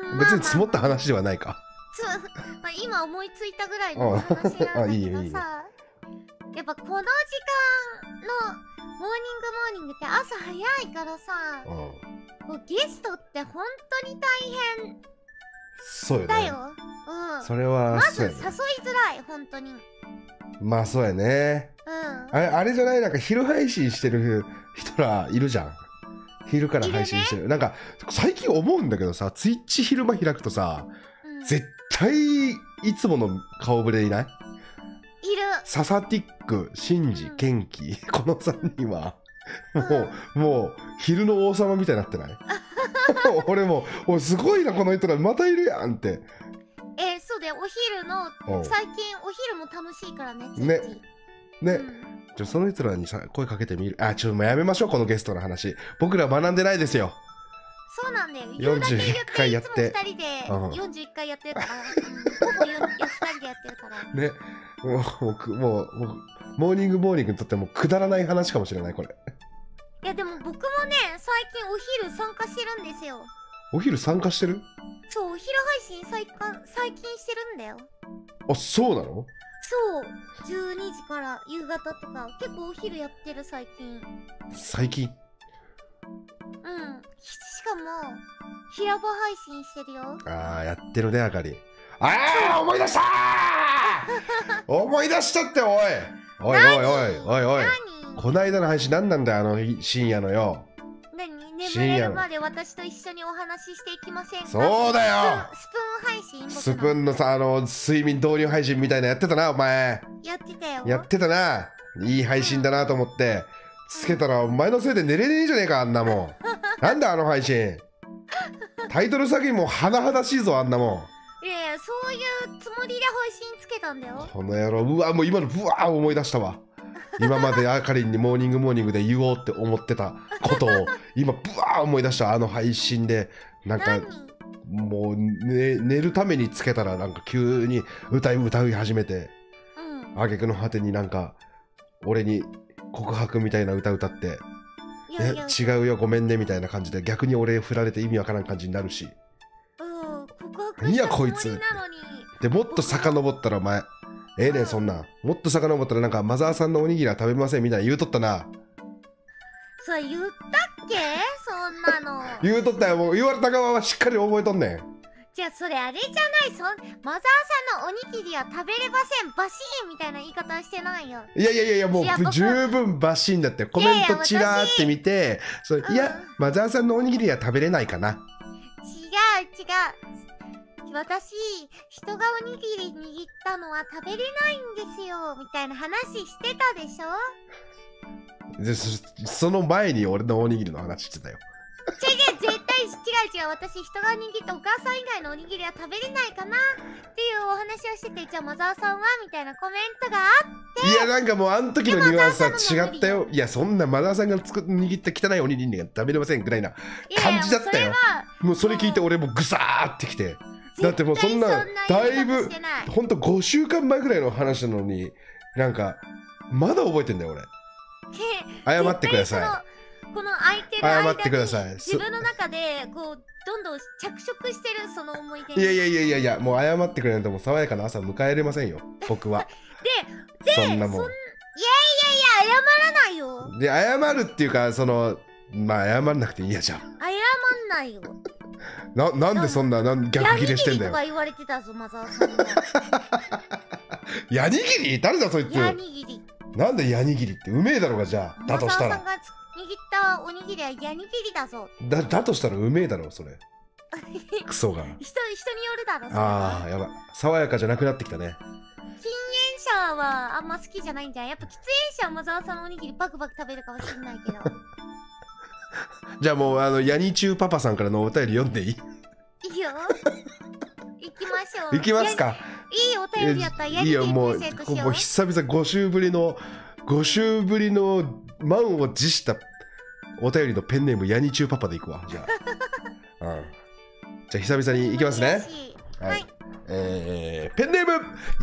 Speaker 2: うん。。
Speaker 1: 別に積もったた話ではないか
Speaker 2: そう、まあ、今思いついたぐらいのお話なんだけど さ
Speaker 1: あいいよいいよ
Speaker 2: やっぱこの時間のモーニングモーニングって朝早いからさ
Speaker 1: うん
Speaker 2: もうゲストって本当に大変
Speaker 1: そうよね
Speaker 2: だよ、うん
Speaker 1: それは
Speaker 2: まず
Speaker 1: そう
Speaker 2: 誘
Speaker 1: や
Speaker 2: い
Speaker 1: ね
Speaker 2: づらい本当にうん
Speaker 1: まあそうやねあれあれじゃないなんか昼配信してる人らいるじゃん昼から配信してるなんか最近思うんだけどさツイッチ昼間開くとさ
Speaker 2: うん、いる
Speaker 1: 絶対いつもの顔ぶれいないササティックシンジ
Speaker 2: うん
Speaker 1: ケンキ この3人は
Speaker 2: うん
Speaker 1: もうもう昼の王様みたいになってない 俺もおすごいなこの人らまたいるやんって
Speaker 2: えーそうだよお昼の
Speaker 1: うん
Speaker 2: 最近お昼も楽しいからね
Speaker 1: ね
Speaker 2: ついつい
Speaker 1: ね
Speaker 2: うん
Speaker 1: じゃあその人らにさ声かけてみるあちょっともうやめましょうこのゲストの話僕ら学んでないですよ
Speaker 2: そうなんだよ言うだけ言って
Speaker 1: 41回やって
Speaker 2: いつ
Speaker 1: う
Speaker 2: も
Speaker 1: ん
Speaker 2: 2人で41回やってるから、うんほぼよ2人でやってるから
Speaker 1: ね、もう、もうく、もう、もうモーニングモーニングにとってもくだらない話かもしれない、これ。
Speaker 2: いやでも僕もね最近お昼参加してるんですよ
Speaker 1: お昼参加してる
Speaker 2: そうお昼配信最近最近してるんだよ
Speaker 1: あ、そうなの
Speaker 2: そう12時から夕方とか結構お昼やってる最近うんし
Speaker 1: 最近。
Speaker 2: かも平場配信してるよ
Speaker 1: ああ、やってるね、あかり。ああ、思い出したー 思い出したって、おいおいおいおいおいおいこないだの配信何なんだよ、あの日深夜のよ。
Speaker 2: 何何
Speaker 1: 深
Speaker 2: 眠れ
Speaker 1: 夜
Speaker 2: る
Speaker 1: の
Speaker 2: まで私と一緒にお話ししていきませんか
Speaker 1: そうだよ
Speaker 2: スプーンスプーン配信僕の
Speaker 1: スプーンのさ、あの、睡眠導入配信みたいなやってたな、お前。
Speaker 2: やってたよ
Speaker 1: やってたな。いい配信だなと思って。つけたらお前のせいで寝れねえじゃねえかあんなもんなんだあの配信タイトル詐欺も甚だしいぞあんなも
Speaker 2: いやいやそういうつもりで配信つけたんだ
Speaker 1: ん
Speaker 2: よ
Speaker 1: この野郎うわもう今のぶわー思い出したわ今まであかりんにモーニングモーニングで言おうって思ってたことを今ぶわー思い出したあの配信でなんか
Speaker 2: 何
Speaker 1: もう、ね、寝るためにつけたらなんか急に歌い歌い始めて
Speaker 2: うん
Speaker 1: 挙句の果てになんか俺に告白みたいな歌歌ってい
Speaker 2: い
Speaker 1: や
Speaker 2: やいや
Speaker 1: 違うよごめんねみたいな感じで逆に俺振られて意味わからん感じになるし
Speaker 2: うん告白
Speaker 1: 何
Speaker 2: し
Speaker 1: や
Speaker 2: たつも
Speaker 1: こ
Speaker 2: り
Speaker 1: いつ
Speaker 2: なのに
Speaker 1: でもっと遡ったらお前ええねんそんなんもっと遡ったらなんかマザーさんのおにぎりは食べませんみたいな言うとったな
Speaker 2: それ言ったっけそん なの
Speaker 1: 言うとったよもう言われた側はしっかり覚えとんねん
Speaker 2: じゃあそれあれじゃないそんマザーさんのおにぎりは食べれませんバシーンみたいな言い方してないよ
Speaker 1: いやいやいやいやも
Speaker 2: いや
Speaker 1: う
Speaker 2: 僕
Speaker 1: 十分バシんだってコメントちらーって見てそれ
Speaker 2: うん
Speaker 1: いやマザーさんのおにぎりは食べれないかな
Speaker 2: 違う違う私人がおにぎり握ったのは食べれないんですよみたいな話してたでしょ
Speaker 1: でそその前に俺のおにぎりの話してたよ
Speaker 2: 違う違う絶対違う違う私人が握ったお母さん以外のおにぎりは食べれないかなっていうお話をしててじゃあマザーさんはみたいなコメントがあっ
Speaker 1: いやなんかもうあの時のニュアンスは違った
Speaker 2: でも
Speaker 1: よいやそんなマダーさんが作っ握った汚いおにぎりが食べれませんぐらいない
Speaker 2: やいや
Speaker 1: 感じだったよもうそれ聞いて俺もグサーってきて
Speaker 2: それ
Speaker 1: だ
Speaker 2: は
Speaker 1: ってもうそんな
Speaker 2: 絶対そんな言い方
Speaker 1: だいぶ
Speaker 2: してない
Speaker 1: ほんと5週間前ぐらいの話なのになんかまだ覚えてんだよ俺
Speaker 2: け
Speaker 1: 謝ってください
Speaker 2: 絶対そのこの空いてる
Speaker 1: 謝
Speaker 2: 間
Speaker 1: っ
Speaker 2: に
Speaker 1: てください
Speaker 2: 自分の中でこうどんどん着色してるその思い出
Speaker 1: いや
Speaker 2: で
Speaker 1: いやいやいやいやもう謝ってくれないともう爽やかな朝迎えれませんよ僕 はそんなも
Speaker 2: そん
Speaker 1: ん
Speaker 2: いや謝らないよ
Speaker 1: で謝るっていうかそのまあ謝らなくていいやじゃん
Speaker 2: 謝んないよ
Speaker 1: ななんでそんななん逆ギレしてんだ
Speaker 2: ヤニギリと
Speaker 1: よ
Speaker 2: か言われてたぞマザーさんも
Speaker 1: ヤニギリ誰だそいつ
Speaker 2: ヤニギリ
Speaker 1: なんでヤニギリってうめえだろうがじゃあだ
Speaker 2: マザ
Speaker 1: と
Speaker 2: ー
Speaker 1: した
Speaker 2: さん
Speaker 1: ら
Speaker 2: が握ったおにぎりはヤニギリだぞ
Speaker 1: だだとしたらうめえだろうそ れクソが
Speaker 2: 人人によるだろそれ
Speaker 1: あ
Speaker 2: は
Speaker 1: ーやばい爽やかじゃなくなってきたね
Speaker 2: 禁煙者はあんま好きじゃないんじゃんやっぱ喫煙者はマザーさんのおにぎりバクバク食べるかもしれないけど
Speaker 1: じゃあもうあのヤニチューパパさんからのお便り読んでいい
Speaker 2: いいよ行きましょう
Speaker 1: いきますか
Speaker 2: いいお
Speaker 1: え
Speaker 2: 便りやったらや
Speaker 1: い
Speaker 2: り
Speaker 1: や
Speaker 2: て
Speaker 1: も
Speaker 2: プ
Speaker 1: う
Speaker 2: レゼントし
Speaker 1: も
Speaker 2: よ
Speaker 1: う
Speaker 2: う。
Speaker 1: 久々5週ぶりの5週ぶりの満を持したお便りのペンネームヤニチューパパでいくわじゃ あ、うん、じゃあ久々にいきますね
Speaker 2: 嬉しい。
Speaker 1: はい
Speaker 2: はい。
Speaker 1: えーペンネーム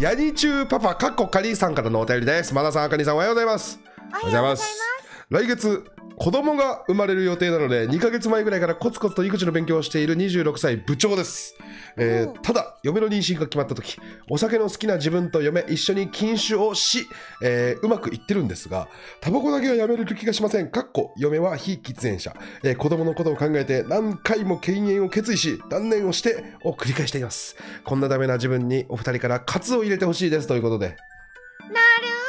Speaker 1: ヤニチューパパかっこかりさんからのお便りですまださんあかりさんおはようございます
Speaker 2: お
Speaker 1: おはようご
Speaker 2: は
Speaker 1: ざい
Speaker 2: よ
Speaker 1: う
Speaker 2: ござい
Speaker 1: ま
Speaker 2: ますす。
Speaker 1: 来月子供が生まれる予定なので2ヶ月前ぐらいからコツコツと育児の勉強をしている26歳部長です、えー
Speaker 2: おう
Speaker 1: ただ嫁の妊娠が決まった時お酒の好きな自分と嫁一緒に禁酒をし、えーうまくいってるんですがタバコだけはやめる気がしませんかっこ嫁は非喫煙者、えー子供のことを考えて何回も禁煙を決意し断念をしてを繰り返していますこんなダメな自分にお二人からカツを入れてほしいですということで
Speaker 2: なる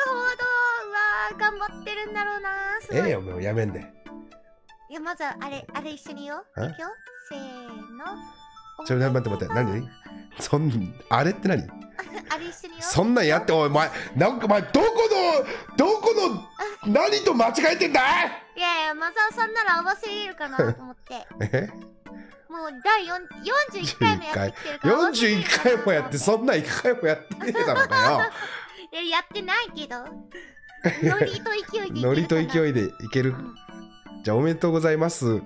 Speaker 2: ほど。うわー、頑張ってるんだろうな。すごい。
Speaker 1: ええよもうやめんで
Speaker 2: いや、まずはあれ、あれ一緒によ。
Speaker 1: え
Speaker 2: いくよ。せーの。
Speaker 1: ちょ待って待って何そんあれって何
Speaker 2: あれ一緒によ。
Speaker 1: そんなんやっておいお前なんかお前どこのどこの何と間違えてんだ
Speaker 2: いやいや、マザーさんなら合わせれ るかなと思って。
Speaker 1: え
Speaker 2: もう第四41回もやってきてるから。
Speaker 1: 41回もやってそんなん1回もやってねえだろうかよ
Speaker 2: いや、やってないけど。ノリと勢いでいけるかな。
Speaker 1: ノリと勢
Speaker 2: い。
Speaker 1: いでいけるじゃあおめでとうございます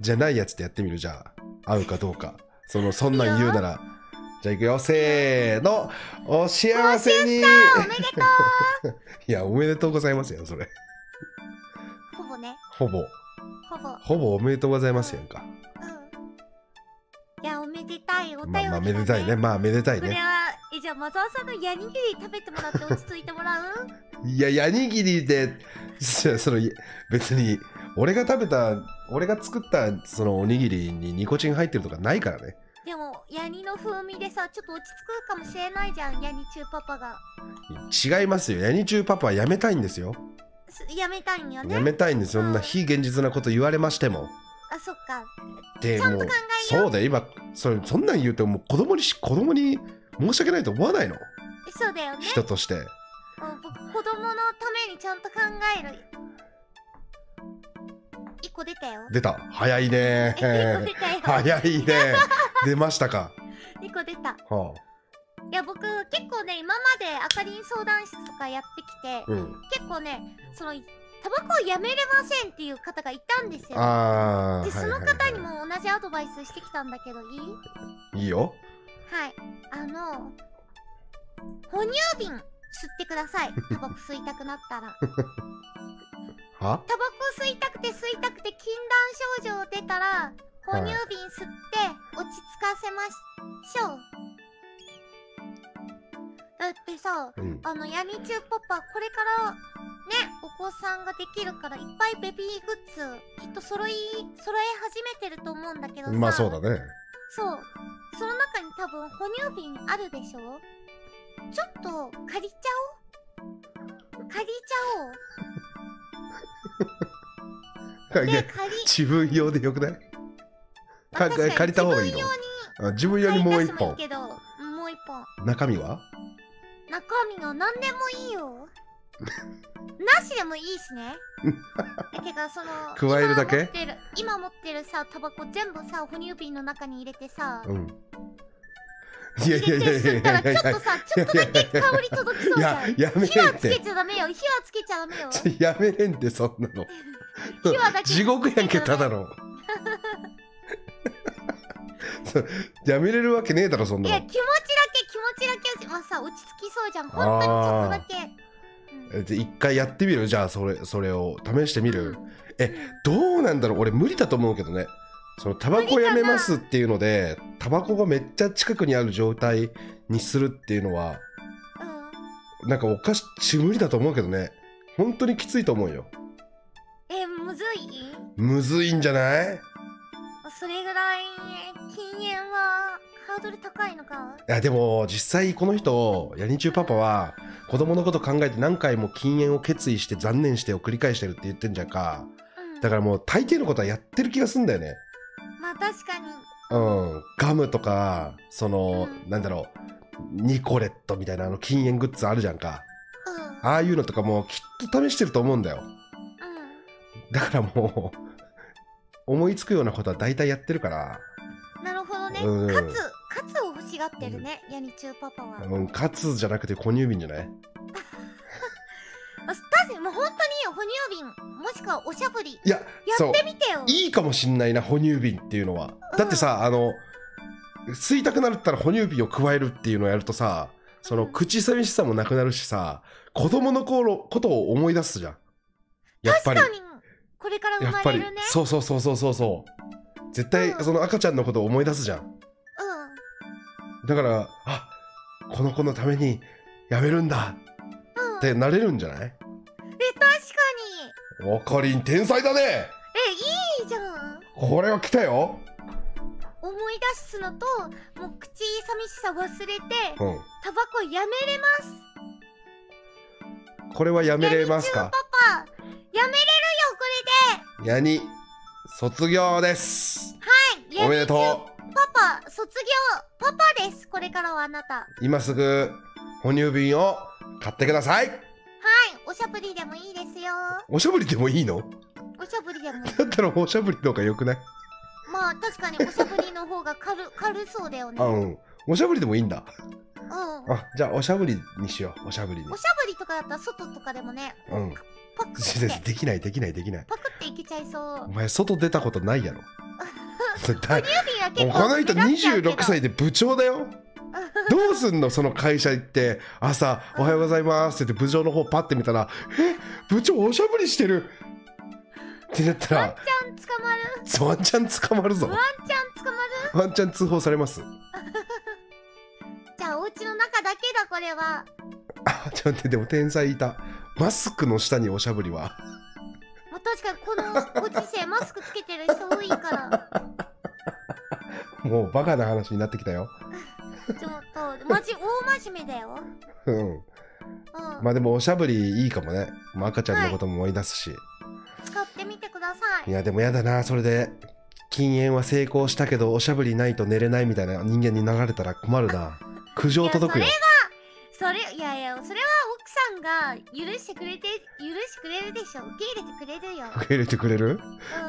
Speaker 1: じゃないやつでやってみるじゃあ合うかどうかそのそんなん言うならじゃあいくよせーのお幸せに
Speaker 2: おめでと
Speaker 1: いやおめでとうございますよそれ
Speaker 2: う。ほぼね。
Speaker 1: ほぼ
Speaker 2: ほぼ。
Speaker 1: ほぼおめでとうございますやんか
Speaker 2: うんいや、おめでたいお便り、
Speaker 1: ま
Speaker 2: だ
Speaker 1: あまあめでたいねまあめでたい
Speaker 2: これ
Speaker 1: ね
Speaker 2: は、えじゃあ、マザーさんのヤニギリ食べてもらって落ち着いてもらう
Speaker 1: いや、ヤニギリで、そそのい別に、俺が食べた、俺が作ったそのおにぎりにニコチン入ってるとかないからね。
Speaker 2: でも、ヤニの風味でさ、ちょっと落ち着くかもしれないじゃん、ヤニ中パパが。
Speaker 1: 違いますよ。ヤニチューパパはやめたいんですよ。
Speaker 2: すやめたいんよ
Speaker 1: や
Speaker 2: ね。
Speaker 1: めたいんですよ。そんな非現実なこと言われましても。
Speaker 2: あ、そっか。
Speaker 1: で
Speaker 2: ちゃん
Speaker 1: も
Speaker 2: と
Speaker 1: う
Speaker 2: 考えよう。
Speaker 1: そうだよ今それそんなん言うともう子供にし子供に申し訳ないと思わないの
Speaker 2: そうだよね。
Speaker 1: 人として
Speaker 2: うん僕、子供のためにちゃんと考える。一個出たよ。
Speaker 1: 出た早いね
Speaker 2: え、一個出たよ。
Speaker 1: 早いね出ましたか、
Speaker 2: 一個出た。
Speaker 1: はい
Speaker 2: や、僕、結構ね、今まであかりん相談室とかやってきて、
Speaker 1: あ、うん
Speaker 2: 結構ねそのタバコをやめれませんっていう方がいたんですよ
Speaker 1: あー
Speaker 2: でその
Speaker 1: はいはいは
Speaker 2: 方
Speaker 1: い
Speaker 2: にも同じアドバイスしてきたんだけどいい
Speaker 1: いいよ
Speaker 2: はいあの哺乳瓶吸ってくだ さいタバコ吸いたくなったらタバ
Speaker 1: は
Speaker 2: コ吸いたくて吸いたくて禁断症状出たら哺乳瓶吸って落ち着かせましょうだってさ
Speaker 1: うん
Speaker 2: あの闇中パパこれからねお子さんができるからいっぱいベビーグッズきっと揃い揃え始めてると思うんだけどさ
Speaker 1: まあそうだね
Speaker 2: そうその中に多分哺乳瓶あるでしょちょっと借りちゃおう借りちゃおうで借り
Speaker 1: 自分用でよくないか
Speaker 2: あ確かに
Speaker 1: 借りた方がいいの
Speaker 2: 自分用に
Speaker 1: あ自分よりもう一
Speaker 2: 買い足してもいい
Speaker 1: 本
Speaker 2: けど、もう一本。
Speaker 1: 中身は
Speaker 2: 中身が何でもいい よ。なしでもいいしね。だけどその
Speaker 1: 加えるだけ
Speaker 2: 今持ってる今持ってるさタバコ全部さ哺乳瓶の中に入れてさ。
Speaker 1: うんいやいや
Speaker 2: 入
Speaker 1: いや
Speaker 2: れて
Speaker 1: いや
Speaker 2: 吸
Speaker 1: い
Speaker 2: った
Speaker 1: や
Speaker 2: ら
Speaker 1: い
Speaker 2: ちょっ
Speaker 1: や
Speaker 2: とさちょっとだけ香り届きそう
Speaker 1: い
Speaker 2: じゃ
Speaker 1: や
Speaker 2: ん。
Speaker 1: やめ
Speaker 2: 火は
Speaker 1: れん
Speaker 2: つけ
Speaker 1: て
Speaker 2: ちゃダメよ火はつけちゃダメよ。
Speaker 1: ちょやめれんてそんなの
Speaker 2: 火はだけ
Speaker 1: 地獄やんけただのそうやめれるわけねえだろそん
Speaker 2: い
Speaker 1: な
Speaker 2: や
Speaker 1: の
Speaker 2: 気持ちだけ気持ちだけまあさ落ち着きそうじゃん本当にちょっとだけ。うん
Speaker 1: えで一回やってみるじゃあそれそれを試してみるえ
Speaker 2: うん
Speaker 1: どうなんだろう俺無理だと思うけどねそのタバコやめますっていうのでタバコがめっちゃ近くにある状態にするっていうのは
Speaker 2: うん
Speaker 1: なんかおかしち無理だと思うけどね本当にきついと思うよ
Speaker 2: えむずい
Speaker 1: むずいんじゃない
Speaker 2: それぐらい禁煙はハードル高いのか
Speaker 1: いやでも実際この人ヤニチューパパは子供のこと考えて何回も禁煙を決意して残念してを繰り返してるって言ってんじゃんか
Speaker 2: うん
Speaker 1: だからもう大抵のことはやってる気がすんだよね
Speaker 2: まあ確かに
Speaker 1: うん、ガムとかその、
Speaker 2: う
Speaker 1: なんだろうニコレットみたいなあの禁煙グッズあるじゃんか
Speaker 2: うん
Speaker 1: ああいうのとかもきっと試してると思うんだよだからもう 思いつくようなことは大体やってるから、
Speaker 2: うんなるほどね、
Speaker 1: うん
Speaker 2: カツカツを欲しがってるね、ヤニチューパパは、あ
Speaker 1: うん、カツじゃなくて哺乳瓶じゃない
Speaker 2: 確かにもう本当に哺乳瓶もしくはおしゃぶりや
Speaker 1: いやそう
Speaker 2: ってみてよ
Speaker 1: いいかもしんないな哺乳瓶っていうのはだってさ、あの吸いたくなったら哺乳瓶を加えるっていうのをやるとさその口寂しさもなくなるしさ子供の頃ことを思い出すじゃんやっぱ
Speaker 2: 確
Speaker 1: り
Speaker 2: かにこれから
Speaker 1: や
Speaker 2: 生
Speaker 1: っ
Speaker 2: ま
Speaker 1: ぱ
Speaker 2: れ
Speaker 1: り
Speaker 2: るね
Speaker 1: そうそうそうそうそうそう絶対
Speaker 2: うん
Speaker 1: その赤ちゃんのことを思い出すじゃんだからあこの子のためにやめるんだ
Speaker 2: うん、うん、
Speaker 1: っ
Speaker 2: え
Speaker 1: てなれるんじゃない
Speaker 2: 確かに
Speaker 1: わかりん天才だね
Speaker 2: えいいじゃん
Speaker 1: これは来たよ
Speaker 2: 思い出すのともう口寂しさ忘れて
Speaker 1: うん
Speaker 2: タバコやめれます
Speaker 1: これはやめれますか
Speaker 2: パパやめれるよこれで
Speaker 1: ヤニ卒業です
Speaker 2: はい
Speaker 1: おめで
Speaker 2: や
Speaker 1: と
Speaker 2: めてパパ卒業パパですこれからはあなたは
Speaker 1: う今すぐ哺乳瓶を買ってください
Speaker 2: いおしゃぶりでもいいですよ
Speaker 1: おしゃぶりでもいいの
Speaker 2: おしゃぶりでも
Speaker 1: だったらおしゃぶりの方がよくない
Speaker 2: まあ確かにおしゃぶりの方が軽軽そうだよね
Speaker 1: あ
Speaker 2: う
Speaker 1: うんんおしゃぶりでもいいんだ
Speaker 2: おし
Speaker 1: あじゃあおしゃぶりにしようおしゃぶりに
Speaker 2: ゃぶりとかだったら外とかでもね
Speaker 1: うん
Speaker 2: パクっ
Speaker 1: 先生
Speaker 2: て
Speaker 1: できないできないできない
Speaker 2: パクっていけちゃいそう
Speaker 1: お前外出たことないや ろだい
Speaker 2: ユビは結
Speaker 1: お
Speaker 2: 構
Speaker 1: この人
Speaker 2: 目立っちゃうけど
Speaker 1: 26歳で部長だ よどうすんのその会社行って朝「おはようございます」って言って部長の方パッて見たら「え部長おしゃぶりしてる!」ってなったら
Speaker 2: ワンちゃん捕まる
Speaker 1: ワンちゃん捕まるぞ
Speaker 2: ワンちゃん捕まる
Speaker 1: ワンちゃん通報されます
Speaker 2: じゃあお家の中だけだこれは
Speaker 1: あちょっと待ってでも天才いたマスクの下におしゃぶりは
Speaker 2: もう確かにこのご時世マスクつけてる人多いから
Speaker 1: もうバカな話になってきたよ
Speaker 2: ちょっとマジ大真面目だよ
Speaker 1: うん
Speaker 2: うん、
Speaker 1: まあでもおしゃぶりいいかもねまあ赤ちゃんのことも思い出すし、
Speaker 2: 使ってみてくださ
Speaker 1: い
Speaker 2: い
Speaker 1: やでもやだなそれで禁煙は成功したけどおしゃぶりないと寝れないみたいな人間になられたら困るな苦情届くよ
Speaker 2: いやそれいやいやそれは奥さんが許してくれて許してくれるでしょ受け入れてくれるよ、
Speaker 1: 受け入れてくれる
Speaker 2: う、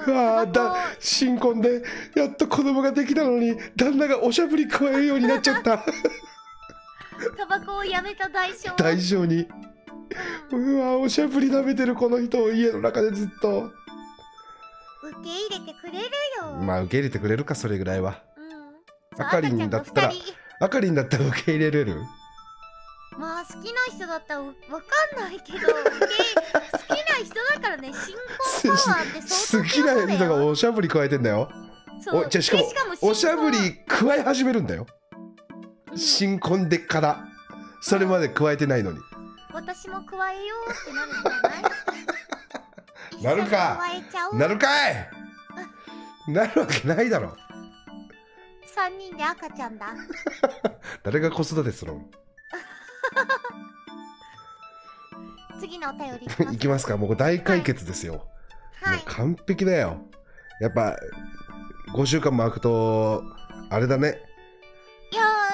Speaker 1: うんわー
Speaker 2: タバ
Speaker 1: だ新婚でやっと子供ができたのに旦那がおしゃぶり加えるようになっちゃった
Speaker 2: コをタバコをやめた代償
Speaker 1: 大将に
Speaker 2: う
Speaker 1: うんわーおしゃぶり舐めてるこの人を家の中でずっと
Speaker 2: 受け入れてくれるよ、
Speaker 1: まあ受け入れてくれるかそれぐらいは
Speaker 2: うん、
Speaker 1: あかりんだったら
Speaker 2: 赤ちゃんが二人
Speaker 1: あかりんだったら受け入れれる
Speaker 2: まあ好きな人だったらわかんないけど受け好きな人だからね新婚パワーって相
Speaker 1: 好
Speaker 2: 当
Speaker 1: きな人がおしゃぶり加えてんだよ
Speaker 2: そう
Speaker 1: おじゃあしかも
Speaker 2: で新婚
Speaker 1: おしゃぶり加え始めるんだよ
Speaker 2: うん
Speaker 1: 新婚でからそれまで加えてないのに
Speaker 2: 私も加えようってなるんじゃない
Speaker 1: なるか
Speaker 2: 一緒に加えちゃおう
Speaker 1: なるかいなるわけないだろ
Speaker 2: 3人で赤ちゃんだ
Speaker 1: 誰が子育てするの
Speaker 2: 次のお便りいきま
Speaker 1: い
Speaker 2: す
Speaker 1: きますかもう大解決ですよ、
Speaker 2: は
Speaker 1: も
Speaker 2: いう
Speaker 1: 完璧だよやっぱ5週間も空くとあれだね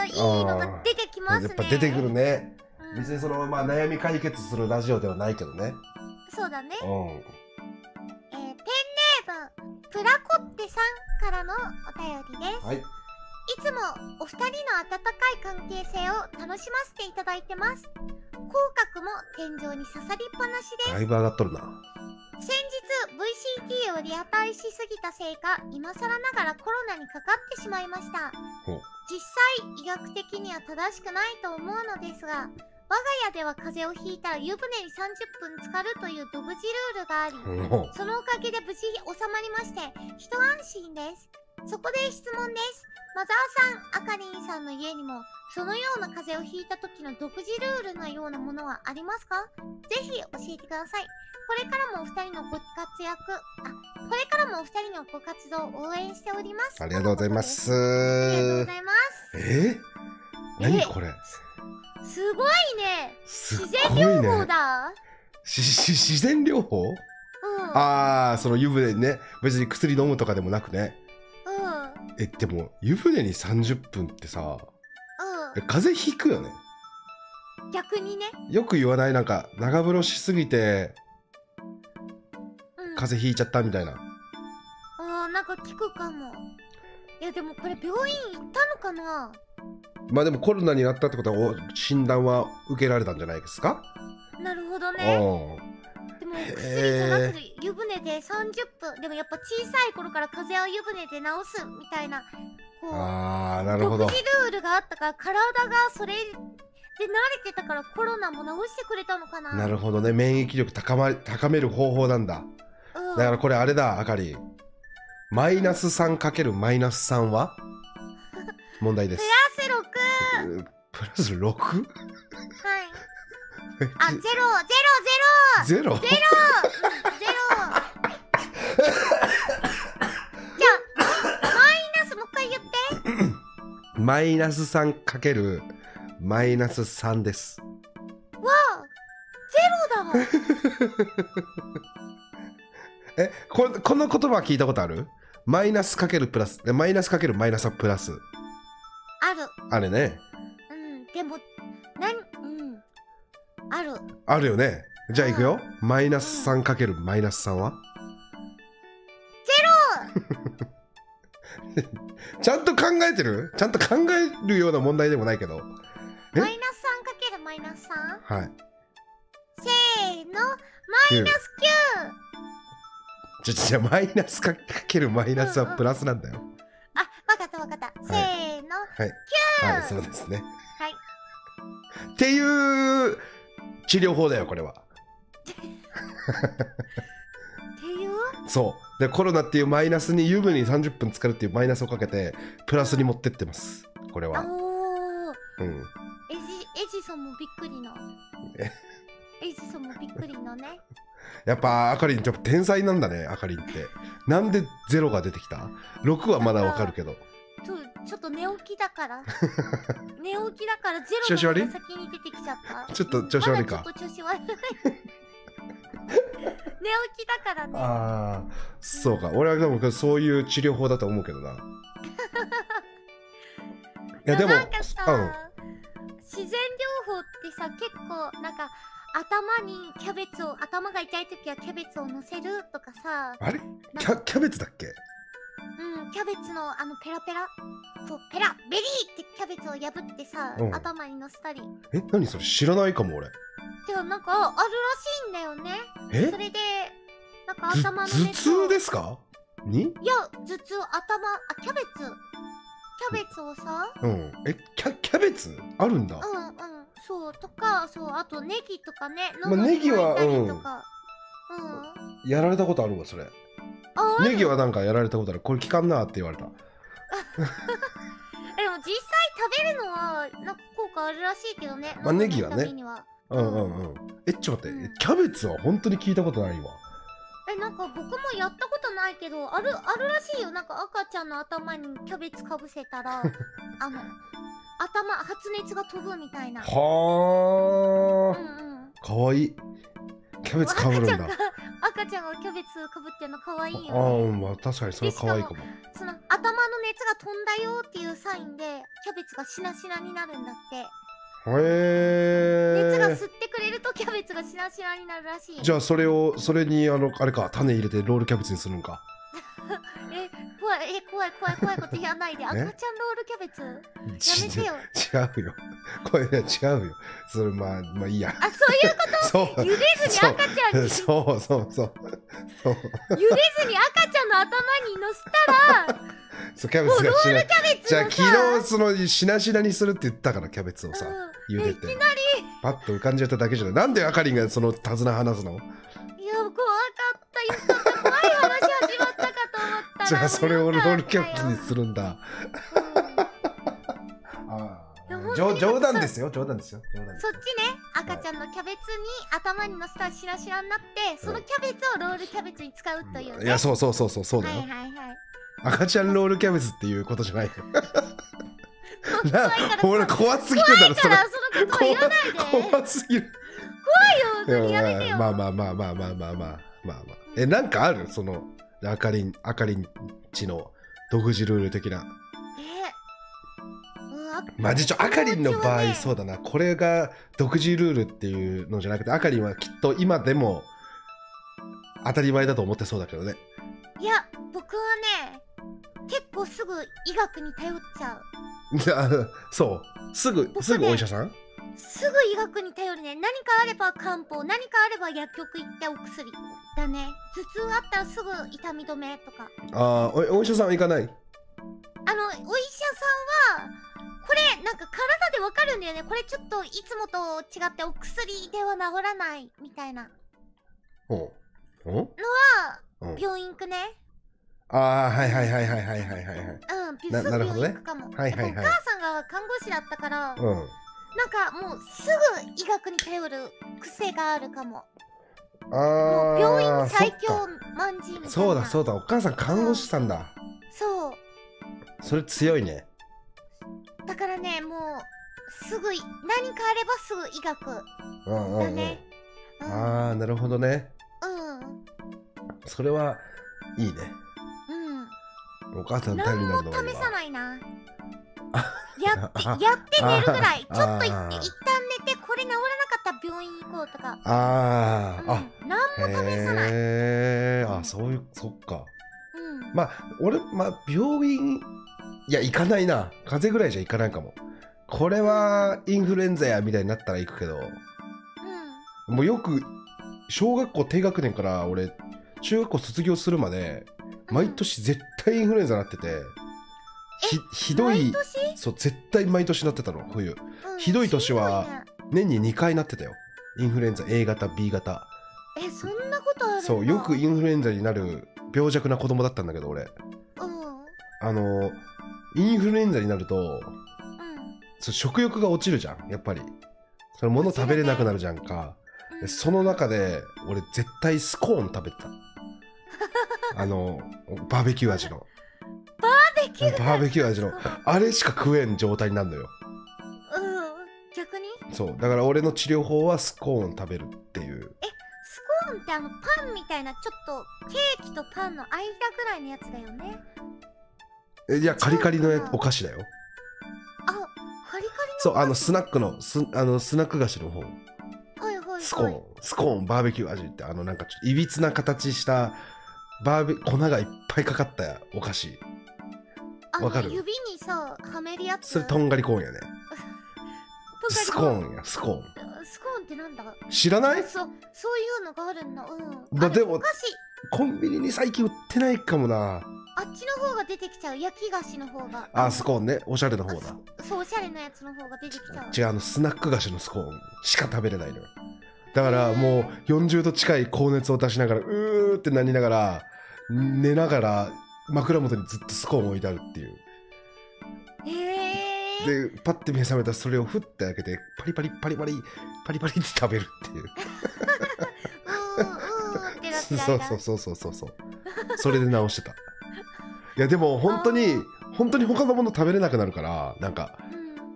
Speaker 2: いのが出てきますね
Speaker 1: やっぱ出てくるね
Speaker 2: うん
Speaker 1: 別にそのまあ悩み解決するラジオではないけどね
Speaker 2: そうだね
Speaker 1: う
Speaker 2: えーペンネームプラコッテさんからのお便りです
Speaker 1: んはい
Speaker 2: いつもお二人の温かい関係性を楽しませていただいてます口角も天井に刺さりっぱなしです
Speaker 1: だいぶ上がっとるな
Speaker 2: 先日 VCT をリアタイしすぎたせいか今更ながらコロナにかかってしまいました
Speaker 1: ほう
Speaker 2: 実際医学的には正しくないと思うのですが我が家では風邪をひいたら湯船に30分浸かるという独自ルールがあり
Speaker 1: うん
Speaker 2: そのおかげで無事収まりまして一安心ですそこで質問ですマザーさんあかりんさんの家にもそのような風邪をひいた時の独自ルールのようなものはありますかぜひ教えてくださいこれからもお二人のご活躍あこれからもお二人のご活動を応援しております
Speaker 1: ありがとうございます
Speaker 2: ありがとうございま
Speaker 1: え何これ
Speaker 2: すすごいね
Speaker 1: すっ
Speaker 2: 自然
Speaker 1: ごい
Speaker 2: 療法
Speaker 1: ね
Speaker 2: だ、
Speaker 1: し し自然療法
Speaker 2: うん
Speaker 1: ああその湯船にね別に薬飲むとかでもなくね
Speaker 2: うんうん
Speaker 1: えでも湯船に30分ってさえ風邪ひくよね
Speaker 2: 逆にね、
Speaker 1: よく言わないなんか長風呂しすぎて
Speaker 2: うん、
Speaker 1: 風邪ひいちゃったみたいな
Speaker 2: あーなんか聞くかもいやでもこれ病院行ったのかな
Speaker 1: まあでもコロナになったってことはお診断は受けられたんじゃないですか、
Speaker 2: なるほど
Speaker 1: う
Speaker 2: ね
Speaker 1: ん
Speaker 2: でも
Speaker 1: へー
Speaker 2: 薬じゃなくて湯船で30分でもやっぱ小さい頃から風邪を湯船で治すみたいなこ
Speaker 1: ああな
Speaker 2: う
Speaker 1: る
Speaker 2: 独
Speaker 1: ほど
Speaker 2: 自ルールがあったから体がそれで慣れてたからコロナも治してくれたのかな
Speaker 1: なるほどね免疫力高,、ま、高める方法なんだ
Speaker 2: うん、
Speaker 1: だからこれあれだあかりマイナス 3× マイナス3は 問題です
Speaker 2: プラス6
Speaker 1: うプラス 6?
Speaker 2: はい あゼロゼロゼ
Speaker 1: ゼロ
Speaker 2: ロ ゼロじゃあマイナスもう一回言って
Speaker 1: マイナス 3× マイナス3です
Speaker 2: わあゼロだわ
Speaker 1: えここの言葉聞いたことあるマイナス×プラスえマイナス×マイナスはプラス
Speaker 2: ある。
Speaker 1: あれね
Speaker 2: うん、でも、なん、うん。ある。
Speaker 1: あるよねじゃあいくよマイナス 3× マイナス3はゼロ ちゃんと考えてるちゃんと考えるような問題でもないけどえ
Speaker 2: マイナス3かけるマイナス 3?
Speaker 1: はい
Speaker 2: せーの、マ
Speaker 1: 9
Speaker 2: イナス9。
Speaker 1: じゃじゃマイナス×マイナスはプラスなんだよ
Speaker 2: あ、わかったわかった。せーの、
Speaker 1: はいはいそうですね
Speaker 2: はい。
Speaker 1: っていう治療法だよこれは
Speaker 2: っていう
Speaker 1: そうでコロナっていうマイナスに湯船に30分浸かるっていうマイナスをかけてプラスに持ってってますこれ
Speaker 2: あ
Speaker 1: は、
Speaker 2: お
Speaker 1: う
Speaker 2: ー。
Speaker 1: ん、
Speaker 2: エジ、エジソンもびっくりの。
Speaker 1: え
Speaker 2: エジソンもびっくりのね。
Speaker 1: やっぱあかりんって天才なんだねあかりんってなんでゼロが出てきた ?6 はまだわかるけど
Speaker 2: ちょ、ちょっと寝起きだ から。寝起きだからゼ
Speaker 1: 調
Speaker 2: ロ
Speaker 1: 子
Speaker 2: の
Speaker 1: 悪い
Speaker 2: 方が先に出てきちゃった。
Speaker 1: ちょっと調子悪いか
Speaker 2: まだちょっと調子 悪い。寝起きだからね。
Speaker 1: ああそうか俺はでもそういう治療法だと思うけど ないやでも
Speaker 2: なんかさ、
Speaker 1: うん
Speaker 2: 自然療法ってさ結構なんか頭にキャベツを頭が痛い時はキャベツを乗せるとかさ、
Speaker 1: あれ
Speaker 2: なん
Speaker 1: キ
Speaker 2: か
Speaker 1: ャキャベツだっけ
Speaker 2: うん、キャベツのあのペラペラこうペラベリーってキャベツを破ってさ、
Speaker 1: うん
Speaker 2: 頭に乗せたり
Speaker 1: え何それ知らないかも俺
Speaker 2: でもなんかああるらしいんだよね
Speaker 1: え
Speaker 2: それでなんか
Speaker 1: ず
Speaker 2: 頭の熱
Speaker 1: 頭痛
Speaker 2: を
Speaker 1: ですかに
Speaker 2: いや頭痛頭あキャベツキャベツをさ
Speaker 1: うんえキャキャベツあるんだ
Speaker 2: うんうんそうとかそうあとネギとかね
Speaker 1: あ
Speaker 2: 喉に
Speaker 1: ネギは
Speaker 2: 巻いたりとかうん
Speaker 1: やられたことあるわそれ
Speaker 2: あ
Speaker 1: ネギはなんかやられたことあるこれ効かんなって言われた
Speaker 2: えでも実際食べるのはなんか効果あるらしいけどね。
Speaker 1: まあネギはね
Speaker 2: 飲んだ時には
Speaker 1: うんうんうんえちょっと待っ
Speaker 2: う
Speaker 1: て
Speaker 2: ん
Speaker 1: キャベツは本当に聞いたことないわ
Speaker 2: えなんか僕もやったことないけどあるあるらしいよなんか赤ちゃんの頭にキャベツかぶせた らあの頭発熱が飛ぶみたいな。うん
Speaker 1: は
Speaker 2: うん。
Speaker 1: あかわいいキャベツか
Speaker 2: 赤
Speaker 1: ぶるん
Speaker 2: ちゃ
Speaker 1: だ
Speaker 2: んが赤ちゃんがキャベツかぶってるの可愛い
Speaker 1: ああ
Speaker 2: よね。
Speaker 1: まあ確かにそれ可愛いかも
Speaker 2: その頭の熱が飛んだよっていうサインでキャベツがしなしなになるんだって
Speaker 1: へえ
Speaker 2: 熱が吸ってくれるとキャベツがしなしなになるらしい
Speaker 1: じゃあそれをそれにあのあれか種入れてロールキャベツにするんか
Speaker 2: え怖いえ怖い怖い怖いこと言わな いで赤ちゃんロールキャベツやめてよ
Speaker 1: 違うよこれね違うよそれまあまあいいや
Speaker 2: あそういう
Speaker 1: そう
Speaker 2: 茹でずに赤ちゃんに
Speaker 1: そうそうそうそう
Speaker 2: 茹でずに赤ちゃんの頭に乗せたら
Speaker 1: そうキャベ
Speaker 2: もう
Speaker 1: ツ
Speaker 2: ロ
Speaker 1: がし
Speaker 2: ー
Speaker 1: な
Speaker 2: ル
Speaker 1: い
Speaker 2: キャベツ
Speaker 1: じゃあ
Speaker 2: のさ
Speaker 1: 昨日そのしなしなにするって言ったからキャベツをさ
Speaker 2: うん
Speaker 1: 茹で
Speaker 2: えい
Speaker 1: て
Speaker 2: きなり
Speaker 1: パッと浮かんじゃっただけじゃないなんであかりんがその手綱離すの
Speaker 2: いや怖かったよかった怖い話始まったかと思ったら
Speaker 1: じゃあそれをロールキャベツに
Speaker 2: る
Speaker 1: するんだあ
Speaker 2: いや本
Speaker 1: ー
Speaker 2: 当
Speaker 1: 冗
Speaker 2: に
Speaker 1: 冗談ですよ冗談ですよ冗談です
Speaker 2: そ
Speaker 1: よ
Speaker 2: っちね赤ちゃんのキャベツに頭に乗せたらしなしなになってそのキャベツをロールキャベツに使うというね、
Speaker 1: いやそうそうそうそうそうだ
Speaker 2: はい
Speaker 1: よ、
Speaker 2: はいはい
Speaker 1: 赤ちゃんロールキャベツっていうことじゃないよな
Speaker 2: 怖いから
Speaker 1: 俺怖すぎるだろそ
Speaker 2: だ
Speaker 1: れ
Speaker 2: からそのことは言わないで
Speaker 1: 怖すぎる
Speaker 2: 怖いよやめてよ
Speaker 1: まあまあまあまあまあまあまあまあまあえなんかあるそのあかりんあかりんちの独自ルール的な
Speaker 2: えうわ
Speaker 1: まあ実はあかりんの場合
Speaker 2: う
Speaker 1: そうだなこれが独自ルールっていうのじゃなくてあかりんはきっと今でも当たり前だと思ってそうだけどね
Speaker 2: いや僕はね結構すぐ医学に頼っちゃう
Speaker 1: あそうすぐ
Speaker 2: 僕ね
Speaker 1: すぐお医者さん
Speaker 2: すぐ医学に頼るね何かあれば漢方何かあれば薬局行ってお薬だね頭痛あったらすぐ痛み止めとか
Speaker 1: あーおお医者さんは行かない
Speaker 2: あのお医者さんはこれなんか体でわかるんだよねこれちょっといつもと違ってお薬では治らないみたいな
Speaker 1: おお
Speaker 2: あ
Speaker 1: うん
Speaker 2: 病院行くね
Speaker 1: ああはいはいはいはいはいはいはいはい
Speaker 2: うんすぐ
Speaker 1: ななる
Speaker 2: 病
Speaker 1: ほど
Speaker 2: 院
Speaker 1: ね
Speaker 2: 行くかも、
Speaker 1: はいはいはい
Speaker 2: やっぱお母さんが看護師だったから、
Speaker 1: うん
Speaker 2: なんかもうすぐ医学に頼る癖があるかもも
Speaker 1: あ
Speaker 2: う
Speaker 1: あ
Speaker 2: 病院最強まんじみたいな
Speaker 1: そうだそううだお母さん看護師さんだ
Speaker 2: そう
Speaker 1: それ強いね
Speaker 2: だからねもうすぐい何かあればすぐ医学
Speaker 1: うんうん
Speaker 2: だ
Speaker 1: うん
Speaker 2: ね、うん、
Speaker 1: ああなるほどね
Speaker 2: うん
Speaker 1: それはいいねお母さ
Speaker 2: うん
Speaker 1: ん頼りにな
Speaker 2: 何
Speaker 1: るの
Speaker 2: も
Speaker 1: がいい
Speaker 2: 試さ
Speaker 1: わ
Speaker 2: な いな
Speaker 1: あ
Speaker 2: やって
Speaker 1: あ
Speaker 2: やって寝るぐらいちょっ
Speaker 1: あ
Speaker 2: と行って一
Speaker 1: あ
Speaker 2: 旦寝てこれ治らなかったら病院行こうとか、
Speaker 1: あ
Speaker 2: うん、
Speaker 1: ーあ
Speaker 2: なん試さない
Speaker 1: へえあそういうそっか
Speaker 2: うん
Speaker 1: まあ俺まあ病院いや行かないな風邪ぐらいじゃ行かないかもこれはインフルエンザやみたいになったら行くけど
Speaker 2: う
Speaker 1: もうよく小学校低学年から俺中学校卒業するまで
Speaker 2: ん
Speaker 1: 毎年絶対インフルエンザなっててひひどい
Speaker 2: 毎年
Speaker 1: そう絶対毎年なってたの冬
Speaker 2: うん
Speaker 1: ひどい年は
Speaker 2: しんどいね
Speaker 1: 年に2回なってたよインフルエンザ A 型 B 型
Speaker 2: えそんなことあるんだ
Speaker 1: そうよくインフルエンザになる病弱な子供だったんだけど俺
Speaker 2: うんうん
Speaker 1: あのインフルエンザになるとそう食欲が落ちるじゃんやっぱりその物食べれなくなるじゃんか、
Speaker 2: う
Speaker 1: で
Speaker 2: ん
Speaker 1: その中で俺絶対スコーン食べて たあのバーベキュー味の
Speaker 2: できる
Speaker 1: バーベキュー味の
Speaker 2: うん
Speaker 1: あれしか食えん状態になるのよ
Speaker 2: 逆に
Speaker 1: そうだから俺の治療法はスコーン食べるっていう
Speaker 2: スコーンってあのパンみたいなちょっとケーキとパンの間ぐらいのやつだよね
Speaker 1: えいやカリカリのや
Speaker 2: そうなんだ
Speaker 1: お菓子だよ
Speaker 2: あカリカリの
Speaker 1: そうあのスナックのスあのスナック菓子の方
Speaker 2: はいはいはい
Speaker 1: スコーンスコーンバーベキュー味ってあのなんかちょっといびつな形したバーベ粉がいっぱいかかったお菓子
Speaker 2: あの
Speaker 1: わかる
Speaker 2: 指にさはめるやつ
Speaker 1: それとんがりコーンやね
Speaker 2: とか
Speaker 1: スコーンやスコーン
Speaker 2: スコーンってなんだ
Speaker 1: 知らない
Speaker 2: そうそういうのがあるんだうん
Speaker 1: だ
Speaker 2: あ
Speaker 1: でも
Speaker 2: お菓子
Speaker 1: コンビニに最近売ってないかもな
Speaker 2: あっちの方が出てきちゃう焼き菓子の方が
Speaker 1: あスコーンねおしゃれな方だ
Speaker 2: あそうおしゃれなやつの方が出てきち
Speaker 1: 違う
Speaker 2: ゃう
Speaker 1: あのスナック菓子のスコーンしか食べれないのよだからもう40度近い高熱を出しながらうーってなりながら寝ながら枕元にずっとスコーンを置いてあるっていう
Speaker 2: へえー、
Speaker 1: でパッて目覚めたらそれをふって開けてパリパリパリパリパリパリって食べるっていう
Speaker 2: うーんうーんってなってる
Speaker 1: そう
Speaker 2: 間
Speaker 1: そうそうそうそうそうそれで直してたいやでも本当に本当に他のもの食べれなくなるからなんか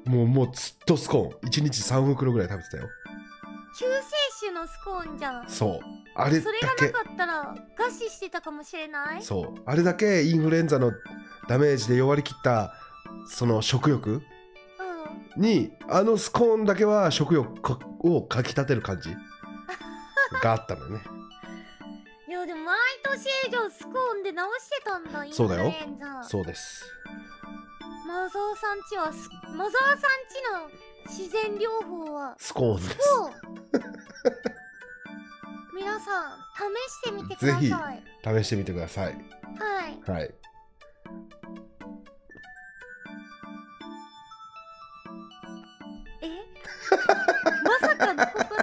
Speaker 2: うん
Speaker 1: もうもうずっとスコーン1日3袋ぐらい食べてたよ
Speaker 2: 救世主のスコーンじゃん
Speaker 1: そうあれだ
Speaker 2: それが
Speaker 1: け
Speaker 2: なかったら餓死してたかもしれない
Speaker 1: そうあれだけインフルエンザのダメージで弱り切ったその食欲
Speaker 2: うん
Speaker 1: にあのスコーンだけは食欲かをかきたてる 感じがあったのよね
Speaker 2: いやでも毎年以上スコーンで直してたんだイン
Speaker 1: そう
Speaker 2: フ
Speaker 1: だ
Speaker 2: ル
Speaker 1: よ
Speaker 2: エンザ
Speaker 1: そうです
Speaker 2: マザーさんちはスマザーさんちの自然療法は
Speaker 1: スコーンです
Speaker 2: そう皆さん試してみてください
Speaker 1: ぜひ
Speaker 2: はい
Speaker 1: 試してみてくださいはい
Speaker 2: え まさかのここでこ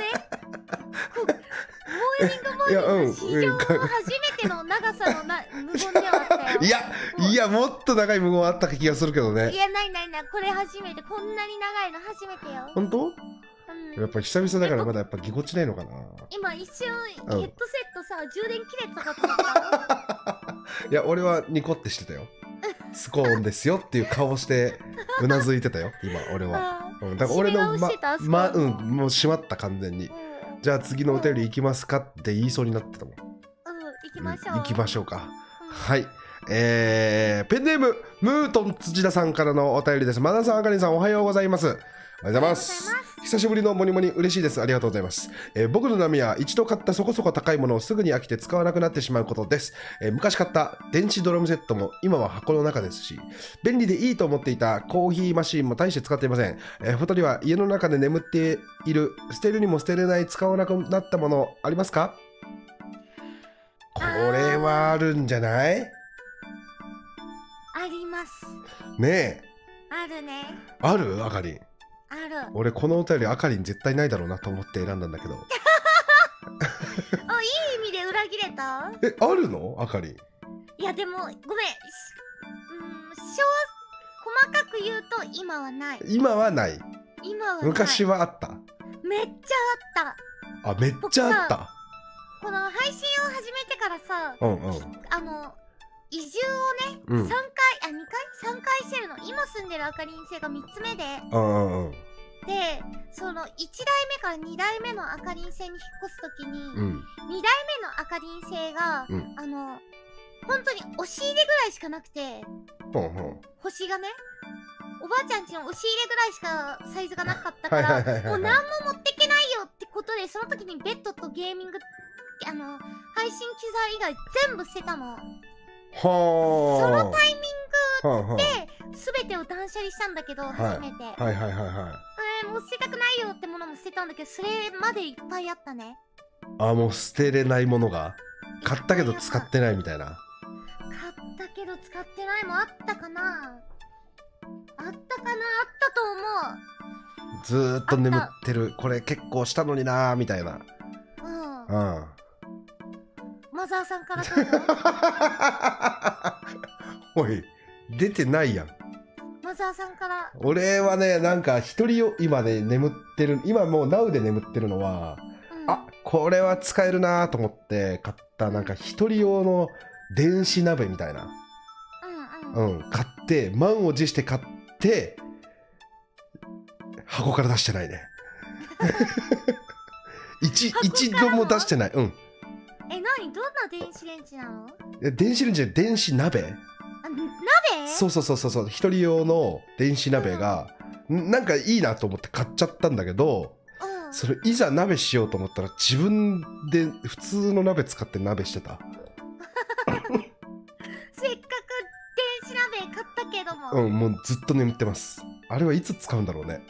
Speaker 2: モーニングモ
Speaker 1: いや
Speaker 2: ーニ
Speaker 1: う
Speaker 2: ングの
Speaker 1: ん
Speaker 2: 史上初めての長さのな無言ではあったよ
Speaker 1: いやいやもっと長い無言あった気がするけど
Speaker 2: い
Speaker 1: ね
Speaker 2: やないないないこれ初めてこんなに長いの初めてよ、
Speaker 1: 本当
Speaker 2: うん
Speaker 1: やっぱ久々だからまだやっぱぎこちない のかな
Speaker 2: 今一瞬
Speaker 1: うん
Speaker 2: ヘッドセットさ、充電切れたか と思った
Speaker 1: いや俺はニコってしてたよスコーンですよっていう顔してうなずいてたよ今俺は、
Speaker 2: あ
Speaker 1: うん、だから俺の
Speaker 2: 締め直
Speaker 1: ま
Speaker 2: してたあそこ
Speaker 1: まうんもう閉まった完全に
Speaker 2: ーうん
Speaker 1: じゃあ次のお便り行きますかって言いそうになってたもん
Speaker 2: うん行きましょう、
Speaker 1: 行きましょうか
Speaker 2: うん
Speaker 1: はいえー、ペンネームムートン土田さんからのお便りですマナさんあかりんさんおはようございますおはようございます久しぶりのモニモニ嬉しいですありがとうございます、えー僕の波は一度買ったそこそこ高いものをすぐに飽きて使わなくなってしまうことです、えー昔買った電子ドラムセットも今は箱の中ですし便利でいいと思っていたコーヒーマシンも大して使っていません、えー、二人は家の中で眠っている捨てるにも捨てれない使わなくなったものありますかこれはあるんじゃない
Speaker 2: あります
Speaker 1: ねえ
Speaker 2: あるね
Speaker 1: あるあかりん
Speaker 2: ある
Speaker 1: 俺このお便りあかりん絶対ないだろうなと思って選んだんだけど
Speaker 2: あいい意味で裏切れた
Speaker 1: えあるのあかりん
Speaker 2: いやでもごめんしうん小細かく言うと今はない
Speaker 1: 今はない
Speaker 2: 今はない
Speaker 1: 昔はあった
Speaker 2: めっちゃあった
Speaker 1: あめっちゃあった
Speaker 2: この配信を始めてからさ
Speaker 1: うんうん
Speaker 2: あの移住
Speaker 1: う
Speaker 2: を
Speaker 1: ん
Speaker 2: 3回、あ2回3回してるの今住んでるあかりん星が3つ目で
Speaker 1: うんうんうん
Speaker 2: でその1代目から2代目のあかりん星に引っ越す時に、
Speaker 1: うん
Speaker 2: 2代目のあかりん星が、
Speaker 1: うん
Speaker 2: あの本当に押し入れぐらいしかなくて
Speaker 1: ほんほん
Speaker 2: 星がねおばあちゃんちの押し入れぐらいしかサイズがなかった
Speaker 1: は
Speaker 2: か
Speaker 1: い
Speaker 2: ら
Speaker 1: はいはい
Speaker 2: も
Speaker 1: は
Speaker 2: う
Speaker 1: い
Speaker 2: 何も持ってけないよってことでその時にベッドとゲーミングあの配信機材以外全部捨てたの
Speaker 1: ほ
Speaker 2: そ
Speaker 1: ー
Speaker 2: のタイミン
Speaker 1: ほんほんは
Speaker 2: グ全てを断捨離したんだけど
Speaker 1: い
Speaker 2: 初めて、
Speaker 1: いはいはいはい
Speaker 2: えーもう捨てたくないよってものも捨てたんだけどそれまでいっぱいあったね
Speaker 1: あもう捨てれないものが買ったけど使ってないみたいな
Speaker 2: 買ったけど使ってないもあったかなあったかなあった
Speaker 1: ずーっと眠ってるこれ結構したのになーみたいな
Speaker 2: と思う
Speaker 1: う
Speaker 2: うんマザーさんからどうぞ
Speaker 1: おい出てないやん
Speaker 2: マザーさんから
Speaker 1: 俺はねなんか一人を今ね眠ってる今もう NOW で眠ってるのは
Speaker 2: うん
Speaker 1: あこれは使えるなと思って買ったなんか一人用の電子鍋みたいな、
Speaker 2: うんうん
Speaker 1: うん、買って満を持して買って箱から出してないね 一
Speaker 2: 箱からは
Speaker 1: 一度も出してないうん
Speaker 2: え何どんな電子レンジなの
Speaker 1: え電子レンジで電子鍋
Speaker 2: あん鍋
Speaker 1: そうそうそうそうそう一人用の電子鍋が、んなんかいいなと思って買っちゃったんだけど
Speaker 2: うん
Speaker 1: それいざ鍋しようと思ったら自分で普通の鍋使って鍋してた
Speaker 2: せっかく電子鍋買ったけども、
Speaker 1: うんもうずっと眠ってますあれはいつ使うんだろうね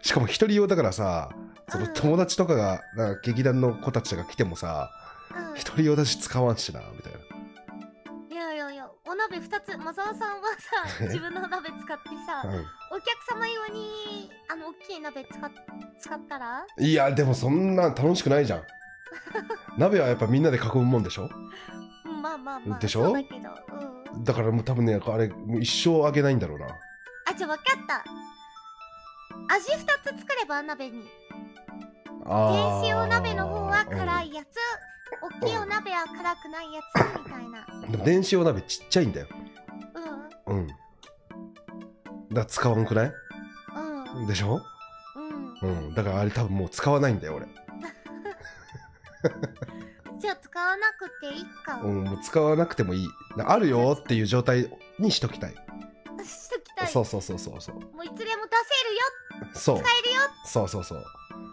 Speaker 1: しかも一人用だからさその
Speaker 2: うん
Speaker 1: 友達とかがなんか劇団の子たちが来てもさ
Speaker 2: うん
Speaker 1: 一人用だし使わんしなみたいない
Speaker 2: やいやいやお鍋2つマザーさんはさ自分の鍋使ってさ、お客様用にあの大きい鍋使っ使ったら
Speaker 1: うんいやでもそんな楽しく ないじゃん鍋はやっぱみんなで囲むもんでしょ
Speaker 2: うんまあまあまあ
Speaker 1: でしょ
Speaker 2: そうだけど、うん、
Speaker 1: だからもう多分ねあれもう一生あげないんだろうな
Speaker 2: あじゃあ分かった味2つ作れば鍋に電
Speaker 1: あー
Speaker 2: 子お鍋の方は辛
Speaker 1: う
Speaker 2: いやつ大きいお鍋は辛くないやつみたいなん
Speaker 1: でも電子お鍋ちっちゃいんだよ
Speaker 2: う
Speaker 1: うんだから使わんくない
Speaker 2: んうん
Speaker 1: でしょ
Speaker 2: う
Speaker 1: うんだからあれ多分もう使わないんだよ俺、
Speaker 2: んじゃあ使わなくていいか、
Speaker 1: うん、もう使わなくてもいいあるよっていう状態にしときたい
Speaker 2: い
Speaker 1: そうそうそうそうそう
Speaker 2: もういつでも出
Speaker 1: そう
Speaker 2: せるよ使えるよ
Speaker 1: そうそうそう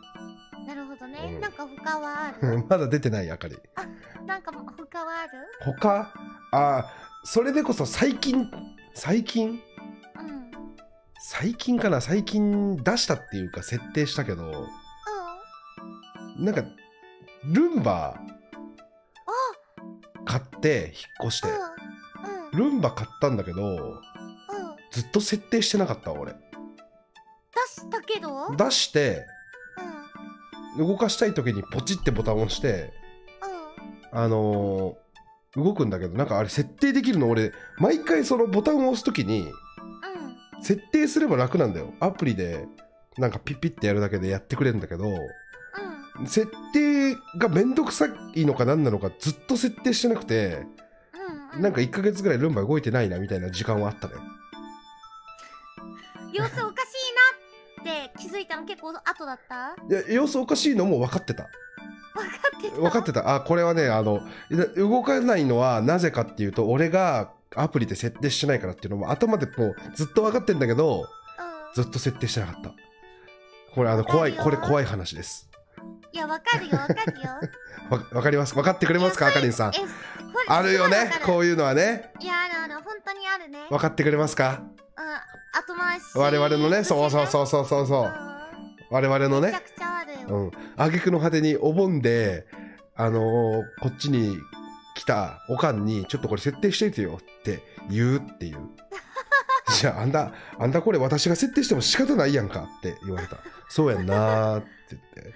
Speaker 2: なるほどね、
Speaker 1: うん
Speaker 2: なんか他はあ る
Speaker 1: まだ出てないあかり
Speaker 2: なんか他はある
Speaker 1: 他あーそれでこそ最近最近
Speaker 2: うんうん
Speaker 1: 最近かな最近出したっていうか設定したけどなんかルンバ買って引っ越して
Speaker 2: うんうん
Speaker 1: ルンバ買ったんだけど
Speaker 2: うん
Speaker 1: ずっと設定してなかった俺
Speaker 2: 出したけどうんうん
Speaker 1: 出して動かしたい時にポチってボタンを押してあのー動くんだけどなんかあれ設定できるの俺毎回そのボタンを押す時に
Speaker 2: うん
Speaker 1: 設定すれば楽なんだよアプリでなんかピッピッてやるだけでやってくれるんだけど
Speaker 2: うん
Speaker 1: 設定がめんどくさいのか何なのかずっと設定してなくて
Speaker 2: うんうん
Speaker 1: なんか1ヶ月ぐらいルンバ動いてないなみたいな時間はあったね
Speaker 2: 様子おかしいなって気づいたの結構後だった
Speaker 1: いや様子おかしいのも分かってた
Speaker 2: 分かってた
Speaker 1: 分かってたあこれはねあのな動かないのはなぜかっていうと俺がアプリで設定してないからっていうのも頭でもうずっと分かってんだけど
Speaker 2: うん
Speaker 1: ずっと設定してなかったこれあの怖い
Speaker 2: わか
Speaker 1: こ
Speaker 2: る
Speaker 1: れ
Speaker 2: よ
Speaker 1: 怖い話です
Speaker 2: いや分かるよ分かるよ
Speaker 1: わ分かります分かってくれますか
Speaker 2: い
Speaker 1: あ
Speaker 2: や
Speaker 1: かりんさん
Speaker 2: えこれ
Speaker 1: あるよね
Speaker 2: すごいわか
Speaker 1: こういうのはね
Speaker 2: いやあるある本当にあるね
Speaker 1: 分かってくれますか
Speaker 2: うん後回し
Speaker 1: 我々のねそうそう
Speaker 2: う
Speaker 1: そうそうそうそう
Speaker 2: う
Speaker 1: 我々の
Speaker 2: んめちゃ
Speaker 1: ね
Speaker 2: くちゃあるよ、
Speaker 1: うん挙句の果てにお盆であのーこっちに来たおかんにちょっとこれ設定していてよって言うって いうじゃああんだあんだこれ私が設定しても仕方ないやんかって言われたそうやんなーって言って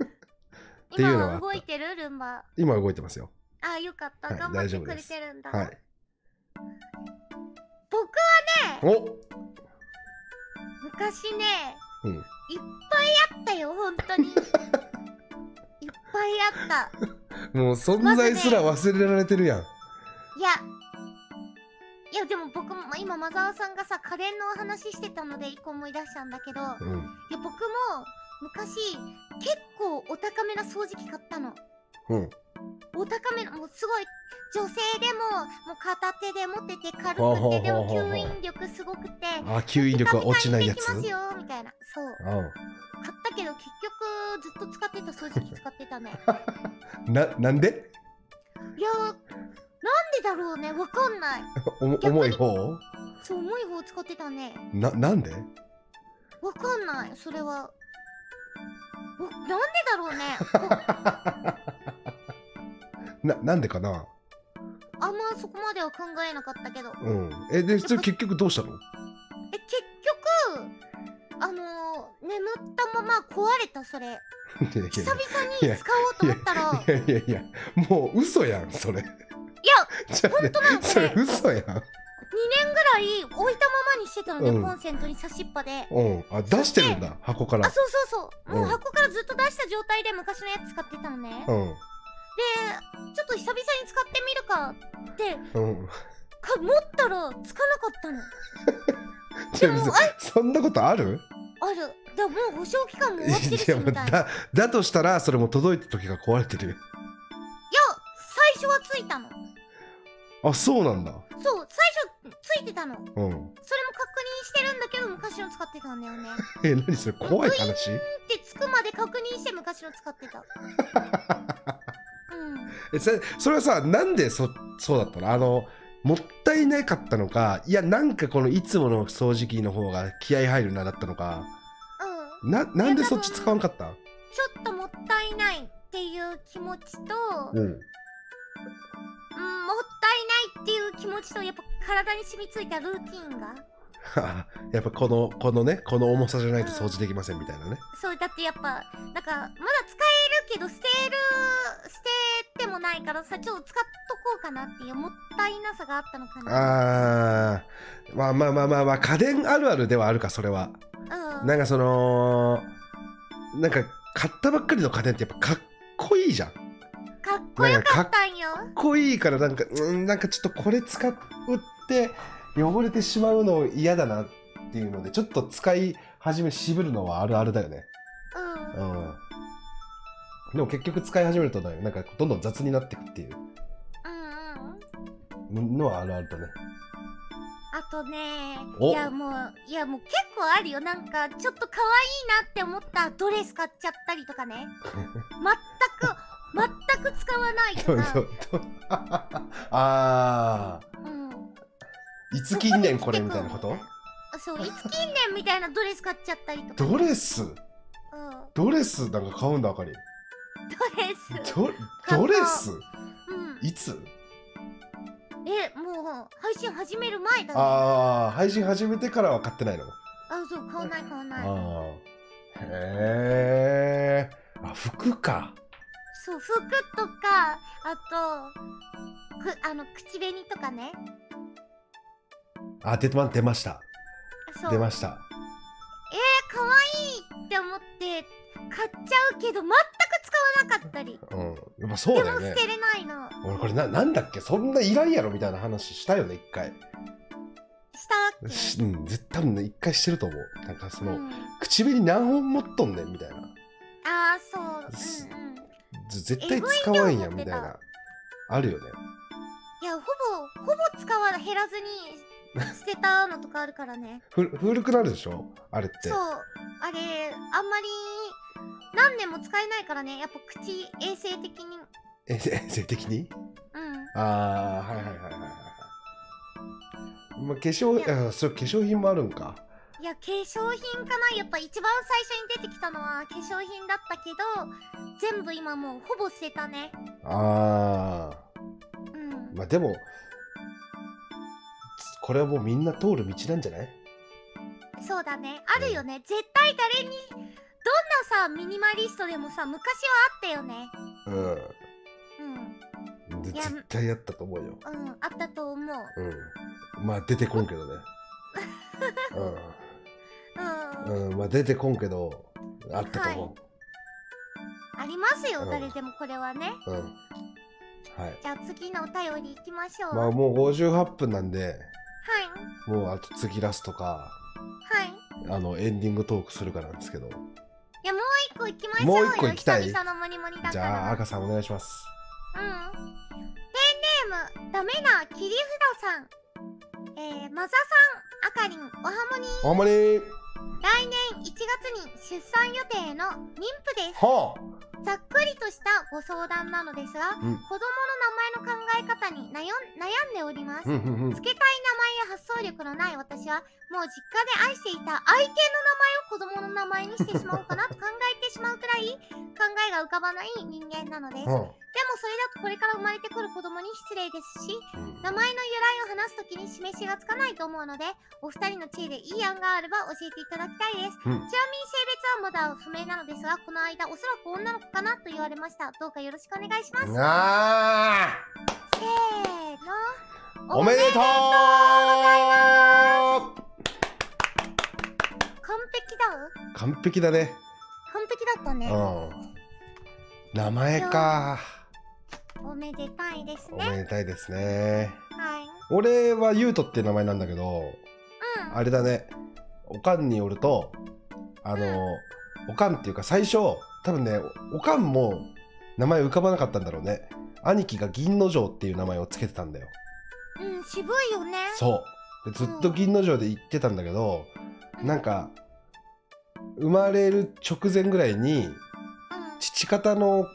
Speaker 2: うん
Speaker 1: ていうのはあっ
Speaker 2: 今
Speaker 1: た
Speaker 2: は動いてるルンバ
Speaker 1: 今動いてますよ
Speaker 2: あよかった、
Speaker 1: はい
Speaker 2: 頑張っ
Speaker 1: 大丈
Speaker 2: て
Speaker 1: 夫
Speaker 2: く
Speaker 1: で
Speaker 2: れ
Speaker 1: す
Speaker 2: てるんだ、
Speaker 1: はい
Speaker 2: 僕は
Speaker 1: お
Speaker 2: 昔ね
Speaker 1: うん
Speaker 2: いっぱいあったよ本 当にいっぱいあった
Speaker 1: もう存在すら忘れられてるやん、
Speaker 2: いやいやでも僕も今マザーさんがさ家電のお話してたので一個思い出したんだけどいや
Speaker 1: うん、
Speaker 2: 僕も昔結構お高めな掃除機買ったの
Speaker 1: うん
Speaker 2: お高めのもうすごい女性でももう片手で持ってて軽
Speaker 1: ほうほ
Speaker 2: く
Speaker 1: うほ
Speaker 2: て
Speaker 1: う
Speaker 2: でも
Speaker 1: ほうほう
Speaker 2: 吸引力すごくて
Speaker 1: あ吸引力は落ちないや
Speaker 2: ピ
Speaker 1: つ
Speaker 2: カ
Speaker 1: う
Speaker 2: ピカに
Speaker 1: ん
Speaker 2: できますよみたいなそう買ったけど結局ずっと使ってた掃除機使ってたね
Speaker 1: ななんで
Speaker 2: いやーなんでだろうねわかんない
Speaker 1: おも重い方
Speaker 2: そう重い方使ってたね
Speaker 1: ななんで
Speaker 2: わかんないそれはおなんでだろうね こ
Speaker 1: ななんでかな
Speaker 2: あんまそこまでは考えなかったけど
Speaker 1: うんえでそれ結局どうしたの
Speaker 2: え結局あのー、眠ったまま壊れたそれ久々に使おうと思ったら
Speaker 1: いやいやいやいやいやもう嘘やんそれいや
Speaker 2: 本当なのこ
Speaker 1: そ
Speaker 2: れ
Speaker 1: れ
Speaker 2: 2
Speaker 1: 嘘やん
Speaker 2: 年ぐらい置いたままにしてたのね、
Speaker 1: うん
Speaker 2: コンセントに差しっぱで。
Speaker 1: うんあ出してるんだ箱か
Speaker 2: あ
Speaker 1: ら
Speaker 2: そうそうそうもううん箱からずっと出した状態で昔のやつ使ってたのね、
Speaker 1: う
Speaker 2: で
Speaker 1: ん
Speaker 2: ちょっと久々に使ってみるかって
Speaker 1: うん
Speaker 2: か持ったらつかなかったの
Speaker 1: じゃあ別に そんなことある
Speaker 2: あるでももう保証期間も終わってる
Speaker 1: い
Speaker 2: し
Speaker 1: やもう
Speaker 2: みたいな
Speaker 1: だだとしたらそれも届いた時が壊れて る
Speaker 2: いや最初はついたの
Speaker 1: あそうなんだ
Speaker 2: そう最初ついてたのそれも
Speaker 1: うん
Speaker 2: 確認してるんだけど昔の使ってたんだよね
Speaker 1: え何それ怖い話
Speaker 2: でつくまで確認して昔の使ってたうん
Speaker 1: えそれそれはさなんでそそうだったのあのもったいなかったのかいやなんかこのいつもの掃除機の方が気合入るなだったのか
Speaker 2: うん
Speaker 1: ななんでそっち使わんかった
Speaker 2: ちょっともったいないっていう気持ちと、うん、もっ
Speaker 1: うん
Speaker 2: たいないっていう気持ちとやっぱ体に染みついたルーティンが
Speaker 1: あやっぱこのこのねこの重さじゃないと掃除できませんみたいなね、
Speaker 2: そうだってやっぱなんかまだ使えるけど捨てる捨ててもないからさちょっと使っとこうかなっていうもったいなさがあったのかな
Speaker 1: あーまあまあまあまあまあ家電あるあるではあるかそれは
Speaker 2: うん
Speaker 1: なんかそのなんか買ったばっかりの家電ってやっぱかっこいいじゃんかっ
Speaker 2: かっこよかったんよ
Speaker 1: こいいからなんかうんなんかちょっとこれ使って汚れてしまうの嫌だなっていうのでちょっと使い始め渋るのはあるあるだよね
Speaker 2: うん
Speaker 1: うんでも結局使い始めるとねなんかどんどん雑になってくっていう
Speaker 2: うんうん
Speaker 1: のはあるあるだね
Speaker 2: ああとね
Speaker 1: お
Speaker 2: いやもういやもう結構あるよなんかちょっと可愛いなって思ったドレス買っちゃったりとかね 全く全く使わない
Speaker 1: ど
Speaker 2: と
Speaker 1: う
Speaker 2: か、
Speaker 1: どう あ
Speaker 2: うん、
Speaker 1: ーいつ近年これみたいなこと
Speaker 2: そういつ近年みたいなドレス買っちゃったりとか、
Speaker 1: ドレス
Speaker 2: うん、
Speaker 1: ドレスなんか買うんだあかり
Speaker 2: ドレ ス
Speaker 1: ドドレス
Speaker 2: うん
Speaker 1: いつ
Speaker 2: えもう配信始める前だねあ
Speaker 1: ああ配信始めてからは買ってないの
Speaker 2: そう買わない買わない
Speaker 1: ああへえあ服か
Speaker 2: そう服とかあとくあの口紅とかね
Speaker 1: あ出ま出ました
Speaker 2: そう
Speaker 1: 出
Speaker 2: え
Speaker 1: ました
Speaker 2: 可愛いって思って買っちゃうけど全く使わなかったり
Speaker 1: うんやっぱそう
Speaker 2: で
Speaker 1: だ
Speaker 2: も
Speaker 1: よね
Speaker 2: 捨てれないの
Speaker 1: 俺これななんだっけそんないらんやろみたいな話したよね一回、
Speaker 2: したっ
Speaker 1: しうん絶対多分ね一回してると思うなんかそ
Speaker 2: け、う
Speaker 1: の、
Speaker 2: ん、
Speaker 1: 唇に何本持っとんねんみたいな
Speaker 2: ああそううんうん
Speaker 1: ず絶対使わんやんみたい
Speaker 2: えぐい量持っ
Speaker 1: なあるよね
Speaker 2: いやほぼほぼ使わない減らずに捨てたのとかあるからね
Speaker 1: ふ古くなるでしょあれって
Speaker 2: そうあれあんまり何年も使えないからねやっぱ口衛生的に
Speaker 1: え衛生的に
Speaker 2: うん
Speaker 1: ああはいはいはいはいはいまあ、化粧
Speaker 2: いや
Speaker 1: あそう化粧品もあるんか
Speaker 2: いや化粧品かなやっぱ一番最初に出てきたのは化粧品だったけど全部今もうほぼ捨てたね
Speaker 1: ああ
Speaker 2: うん
Speaker 1: まあでもこれはもうみんな通る道なんじゃない
Speaker 2: そうだねあるよね絶対誰にどんなさミニマリストでもさ昔はあったよね
Speaker 1: う
Speaker 2: うん
Speaker 1: んで
Speaker 2: いや
Speaker 1: 絶対あったと思うよ
Speaker 2: うんあったと思う
Speaker 1: うんまあ出てこんけど ね
Speaker 2: うん、
Speaker 1: うん、うん、まあ出てこんけどあったと思
Speaker 2: ありますよ
Speaker 1: うん
Speaker 2: 誰でもこれはね
Speaker 1: う、うんはい
Speaker 2: じゃあ次のお便り行きましょう、
Speaker 1: まあ
Speaker 2: はい
Speaker 1: もう58分なんで
Speaker 2: はい
Speaker 1: もうあと次ラストかあのエンディングトークするかなんですけど
Speaker 2: いやもう一個行きましょうよ
Speaker 1: もう一個行きたい
Speaker 2: 久々のモニモニだから
Speaker 1: じゃあ赤さんお願いします
Speaker 2: うん。ペンネーム、ダメな切り札さん。えー、マザさん、あかりん、おはもに、
Speaker 1: あんまり
Speaker 2: 来年1月に出産予定の妊婦です。
Speaker 1: は
Speaker 2: ざっくりとしたご相談なのですが、
Speaker 1: うん
Speaker 2: 子供の名前の考え方に悩ん悩んでおります。
Speaker 1: あうんうんうん
Speaker 2: 付けたい名前や発想力のない私はもう実家で愛していた愛犬の名前を子供の名前にしてしまおうかなと考えてしまうくらい考えが浮かばない人間なのですでも
Speaker 1: は
Speaker 2: それだとこれから生まれてくる子供に失礼ですし
Speaker 1: あうん
Speaker 2: 名前の由来を話すときに示しがつかないと思うのでお二人の知恵でいい案があれば教えていただきたい
Speaker 1: う
Speaker 2: です
Speaker 1: ん
Speaker 2: ちなみに性別はまだ不明なのですがこの間おそらく女の子かなと言われましたどうかよろしくお願いします
Speaker 1: あ
Speaker 2: せー
Speaker 1: ー
Speaker 2: の
Speaker 1: おめでとう
Speaker 2: 完璧だ
Speaker 1: 完璧だね
Speaker 2: 完璧だった
Speaker 1: う
Speaker 2: ね
Speaker 1: ん名前か
Speaker 2: おめでたいです
Speaker 1: お
Speaker 2: ね。
Speaker 1: めでたいですね
Speaker 2: はい。
Speaker 1: 俺はゆうとっていう名前なんだけど
Speaker 2: うん。
Speaker 1: あれだねおかんによるとあの、おかんっていうか最初多分ねおおかんも名前浮かばなかったんだろうね兄貴が銀の城っていう名前をつけてたんだよ
Speaker 2: うん、渋いよね。
Speaker 1: そうでずっと銀の城で行ってたんだけどなんか生まれる直前ぐらいに
Speaker 2: うん。
Speaker 1: 父方の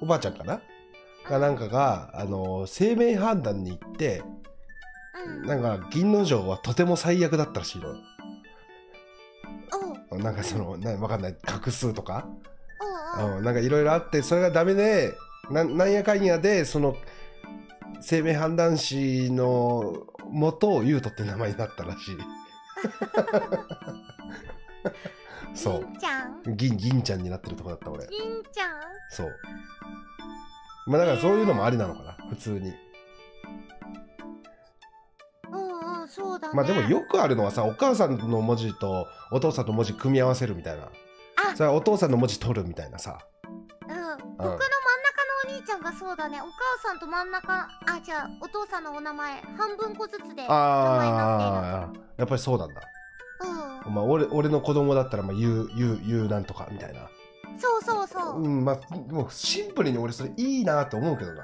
Speaker 1: おばあちゃんかながなんかが、あの生命判断に行って
Speaker 2: うん。
Speaker 1: なんか銀の城はとても最悪だったらしいの
Speaker 2: おう。おう
Speaker 1: なんかそのなわかんない画数とか、
Speaker 2: おう。
Speaker 1: うん、なんかいろいろあってそれがダメでなんなんやかんやでその生命判断士の元をユウトって名前になったらしいそ
Speaker 2: りんちゃん。
Speaker 1: う銀銀ちゃんになってるとこだった俺
Speaker 2: りんちゃん。
Speaker 1: そうまあだからそういうのもありなのかな普通に
Speaker 2: うんうん、そうだね。
Speaker 1: まあでもよくあるのはさお母さんの文字とお父さんの文字組み合わせるみたいな
Speaker 2: あ
Speaker 1: それはお父さんの文字取るみたいなさ
Speaker 2: うん。僕の真ん中のお兄ちゃんがそうだね。お母さんと真ん中、あ、じゃあ、お父さんのお名前、半分個ずつで名前になって
Speaker 1: ああやっぱりそうなんだ、
Speaker 2: いる。う。
Speaker 1: まあ、俺俺の子供だったら、まあ、言う言う言うなんとかみたいなん
Speaker 2: そうそうそう。
Speaker 1: うんまあもうシンプルに俺それいいなと思うけどな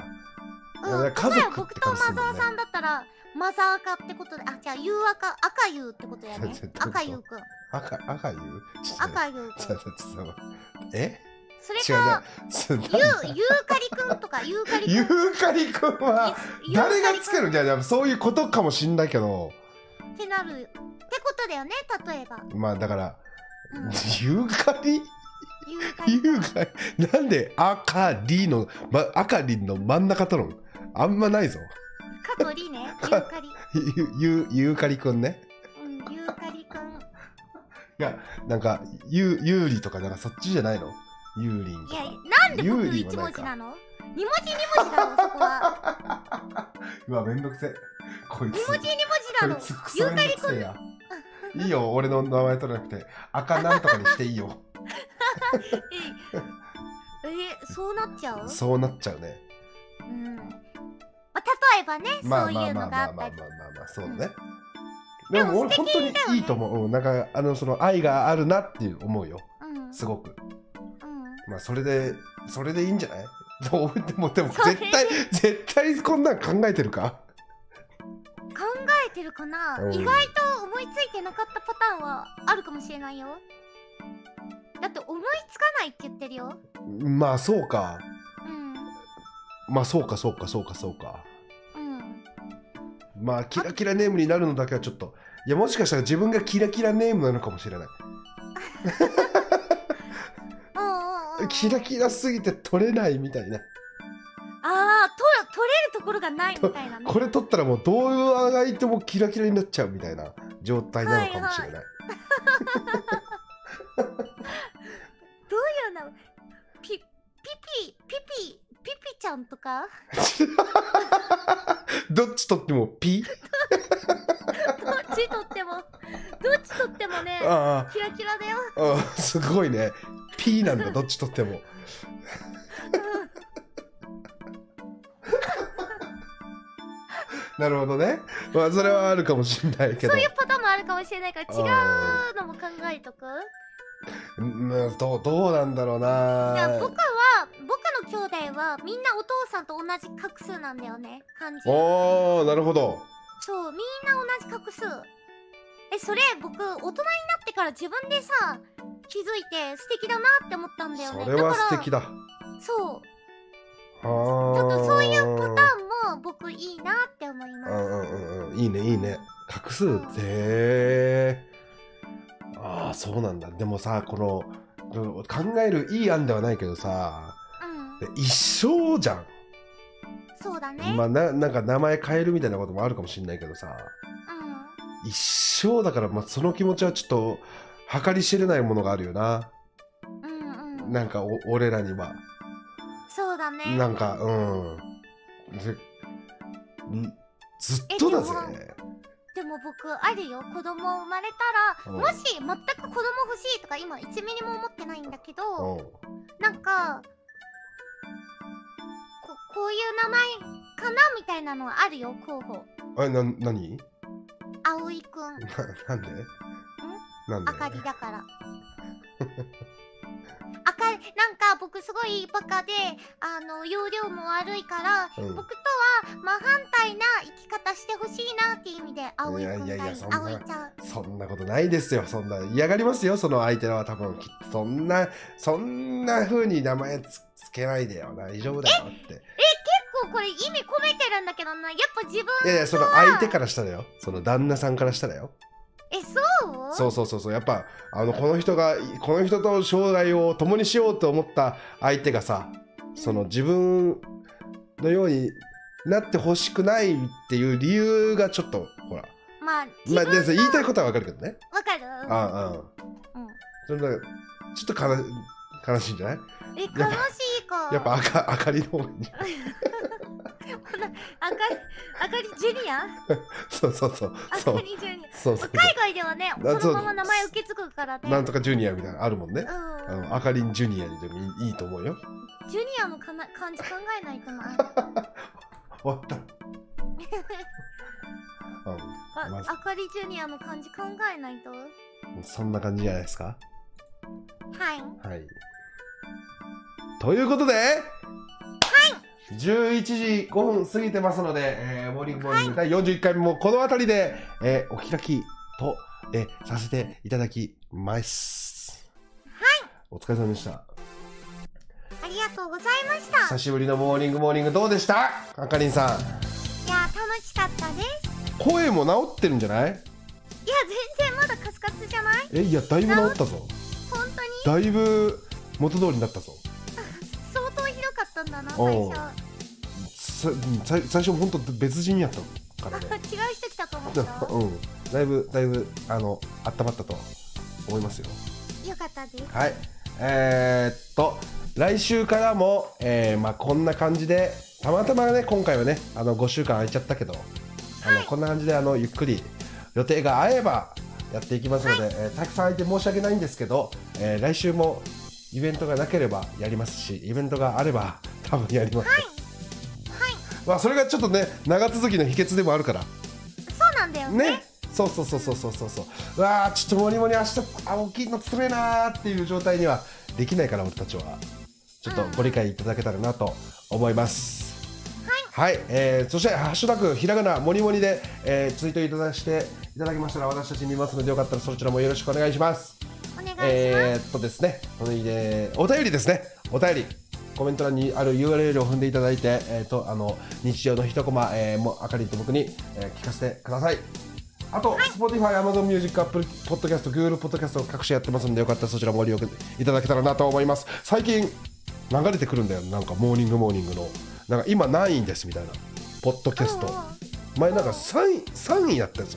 Speaker 2: う
Speaker 1: だ
Speaker 2: ん。
Speaker 1: から家族
Speaker 2: 例えば僕とマザーさんだったら、マザー赤ってことであじゃあ優赤赤優ってことや ね
Speaker 1: ちょっと
Speaker 2: 赤優くん
Speaker 1: 赤赤言うちょっと
Speaker 2: 赤優くん
Speaker 1: ちょっとちょっとえ
Speaker 2: それ
Speaker 1: 違う
Speaker 2: か
Speaker 1: ちょっと
Speaker 2: ゆゆうかりくんとかゆうかりく ん
Speaker 1: ゆうかりくんは
Speaker 2: ゆ
Speaker 1: 誰がつけ
Speaker 2: ゆうかりくん
Speaker 1: るいやいやそういうことかもしんないけど
Speaker 2: ってなるってことだよね例えば、
Speaker 1: まあだから
Speaker 2: うん、
Speaker 1: ゆうかり
Speaker 2: ゆうかり
Speaker 1: ゆうかりなんで赤りの、ま、赤りの真ん中とのあんまないぞ
Speaker 2: 過去りねゆうかり
Speaker 1: ゆゆゆうかりくんね
Speaker 2: うんゆうかりくん
Speaker 1: いやなんかゆゆうりとかなんかそっちじゃないのゆうりんと
Speaker 2: い
Speaker 1: か
Speaker 2: やなんで僕
Speaker 1: 有利は
Speaker 2: 一
Speaker 1: ない
Speaker 2: 文
Speaker 1: か
Speaker 2: 字なの二文字二文字だろそこ は
Speaker 1: うわめんどくせえこいつ
Speaker 2: 二文字二文
Speaker 1: こい
Speaker 2: 字
Speaker 1: つ
Speaker 2: だろ
Speaker 1: ク
Speaker 2: ゆ
Speaker 1: ソめ
Speaker 2: う
Speaker 1: ん
Speaker 2: か
Speaker 1: ど
Speaker 2: り
Speaker 1: くせえやいいよ俺の名前取らなくて赤なんとかにしていいよ
Speaker 2: えそうなっちゃう
Speaker 1: そうなっちゃうね
Speaker 2: うんまあ例えばね、
Speaker 1: まあ
Speaker 2: そう
Speaker 1: ま
Speaker 2: い
Speaker 1: あ
Speaker 2: う
Speaker 1: まあま
Speaker 2: のがあ
Speaker 1: あまあ
Speaker 2: っ
Speaker 1: ま
Speaker 2: た
Speaker 1: あ
Speaker 2: り
Speaker 1: まあまあそうね、
Speaker 2: うん
Speaker 1: でも俺
Speaker 2: で
Speaker 1: 本
Speaker 2: も素
Speaker 1: 当
Speaker 2: 敵だよね
Speaker 1: にいいと思う、うん、なんかあのその愛があるなっていう思うよ
Speaker 2: うんうん
Speaker 1: すごくまあそれでそれでいいんじゃないどうでもでも
Speaker 2: それ
Speaker 1: 絶
Speaker 2: で
Speaker 1: 対絶対こんなん考えてるか
Speaker 2: 考えてるかな
Speaker 1: うん
Speaker 2: 意外と思いついてなかったパターンはあるかもしれないよだって思いつかないって言ってるよ
Speaker 1: まあそうか
Speaker 2: うん
Speaker 1: まあそうかそうかそうかそうか
Speaker 2: うん
Speaker 1: まあキラキラネームになるのだけはちょっといやもしかしたら自分がキラキラネームなのかもしれない
Speaker 2: おうおうおう
Speaker 1: キラキラすぎて取れないみたいな
Speaker 2: ああ取る取れるところがないみたいなね
Speaker 1: これ取ったらもうどうあがいてもキラキラになっちゃうみたいな状態なのかもしれない、
Speaker 2: どういうのピピピピピピピちゃんと か
Speaker 1: どっち取ってもピ
Speaker 2: どっちとってもどっちとってもね
Speaker 1: あ
Speaker 2: キラキラだよ
Speaker 1: あああすごいねピなんだどっち取ってもなるほどねまあそれはあるかもしれないけど
Speaker 2: そういうパターンもあるかもしれないから違
Speaker 1: あ
Speaker 2: うのも考えとく
Speaker 1: うんどうどうなんだろう
Speaker 2: い
Speaker 1: な
Speaker 2: や僕は僕の兄弟はみんなお父さんと同じ画数なんだよね漢字
Speaker 1: おーなるほど
Speaker 2: そうみんな同じ画数えそれ僕大人になってから自分でさ気づいて素敵だなって思ったんだよね
Speaker 1: それは
Speaker 2: だから
Speaker 1: 素敵だ
Speaker 2: そう
Speaker 1: ち
Speaker 2: ちょ
Speaker 1: ょ
Speaker 2: っとそういうパターンも僕いいなって思います。
Speaker 1: うんうんうんいいねいいね画数ってへーああそうなんだでもさこの考えるいい案ではないけどさ
Speaker 2: うん、
Speaker 1: で一生じゃ
Speaker 2: そうだね。
Speaker 1: んまあななんか名前変えるみたいなこともあるかもしれないけどさ一生だから、まあ、その気持ちはちょっと計り知れないものがあるよな
Speaker 2: うん、うん、うん。
Speaker 1: なんかお俺らには
Speaker 2: そうだね。
Speaker 1: なんかうんでんずっとだぜ
Speaker 2: えでも僕あるよ。子供生まれたら、
Speaker 1: うん
Speaker 2: もし全く子供欲しいとか今1ミリも思ってないんだけど、
Speaker 1: うん
Speaker 2: なんか。ここういう名前かなみたいなのはあるよ候補
Speaker 1: あれな何
Speaker 2: 葵くん
Speaker 1: ななんでなんで
Speaker 2: あかり だから。あかりなんか僕すごいバカであの容量も悪いから、
Speaker 1: うん
Speaker 2: 僕とは真反対な生き方してほしいなっていう意味で葵くんがいい
Speaker 1: いやいやいやそんな
Speaker 2: 葵ちゃん
Speaker 1: そんなことないですよそんな嫌がりますよその相手は多分きっとそんなそんな風に名前つつけないでよ大丈夫だよって
Speaker 2: 結構これ意味込めてるんだけどなやっぱ自分
Speaker 1: いやいやその相手からしたらよその旦那さんからしたらよ
Speaker 2: えそう
Speaker 1: そうそうそうそうやっぱあのこの人がこの人と生涯を共にしようと思った相手がさその自分のようになってほしくないっていう理由がちょっとほら
Speaker 2: まあ自
Speaker 1: まあ
Speaker 2: 分
Speaker 1: で言いたいことはわかるけどね
Speaker 2: わかる
Speaker 1: ああうん
Speaker 2: うん
Speaker 1: それだちょっと悲悲しいんじゃない
Speaker 2: え悲
Speaker 1: やっぱ
Speaker 2: しいか
Speaker 1: やっぱ赤明かりの方がいい
Speaker 2: あかりあかりジュニア
Speaker 1: そうそうそう
Speaker 2: あ
Speaker 1: そう
Speaker 2: かりジュニア
Speaker 1: そうそう
Speaker 2: 海外ではね
Speaker 1: な
Speaker 2: そのまま名前受け継ぐからね
Speaker 1: なんとかジュニアみたいなのあるもんね
Speaker 2: うん
Speaker 1: あのあかりんジュニアにでもいいいいと思うよ
Speaker 2: ジュニアのかな漢字考え ないとな。
Speaker 1: 終わった、
Speaker 2: あ
Speaker 1: まず
Speaker 2: あかりジュニアの漢字考えないと。は
Speaker 1: うん、そんな感じじゃないですか
Speaker 2: い。
Speaker 1: はいということではい11時5分過ぎてますので、えーモーニングモーニング第41回目もこの辺りで、えーお開きと、えーさせていただきます。はい。お疲れ様でした。
Speaker 2: ありがとうございました
Speaker 1: 久しぶりのモーニングモーニングどうでしたあかりんさん。
Speaker 2: いや楽しかったです
Speaker 1: 声も治ってるんじゃない
Speaker 2: いや全然まだカスカスじゃない
Speaker 1: え、いや、だいぶ治ったぞ。
Speaker 2: 本当に
Speaker 1: だいぶ元通りになったぞ。
Speaker 2: 相当ひどかったんだな最
Speaker 1: おう
Speaker 2: 初あ
Speaker 1: さ最最初、本当別人やったからね。
Speaker 2: 違う人来たと 思った
Speaker 1: だ
Speaker 2: よか
Speaker 1: うん、だいぶだいぶあの温まったと思いますよ
Speaker 2: ったです
Speaker 1: はいえー、っと来週からも、えーまあ、こんな感じでたまたまね今回はねあの5週間空いちゃったけど、あのこんな感じであのゆっくり予定が合えばやっていきますので、えーたくさん空いて申し訳ないんですけど、えー来週もイベントがなければやりますしイベントがあれば多分やります、
Speaker 2: はい
Speaker 1: まあ、それがちょっとね長続きの秘訣でもあるから
Speaker 2: そうなんだよね
Speaker 1: ねそうそうそうそうそうそうそううわーちょっともりもり明日あ大きいのつれえなーっていう状態にはできないから俺たちはちょっとご理解いただけたらなと思いますはい、えーそして「ハッシュタグひらがなもりもりで」えーツイートいただしていただきましたら私たち見ますのでよかったらそちらもよろしくお願いします
Speaker 2: お願いします、
Speaker 1: えー、っとですね、このえーお便りですね、お便り。コメント欄にある URL を踏んでいただいて、えー、とあの日常の一コマ、えー、もうあかりと僕に、えー聞かせてください。あと、Spotify、Amazon Music、Apple Podcast、Google Podcast を各種やってますんで、よかったらそちらもご利用いただけたらなと思います。最近、流れてくるんだよ、なんかモーニングモーニングの。なんか今何位ですみたいな、ポッドキャス
Speaker 2: おう
Speaker 1: ト
Speaker 2: おう。
Speaker 1: 前なんか3位、3位やったやつ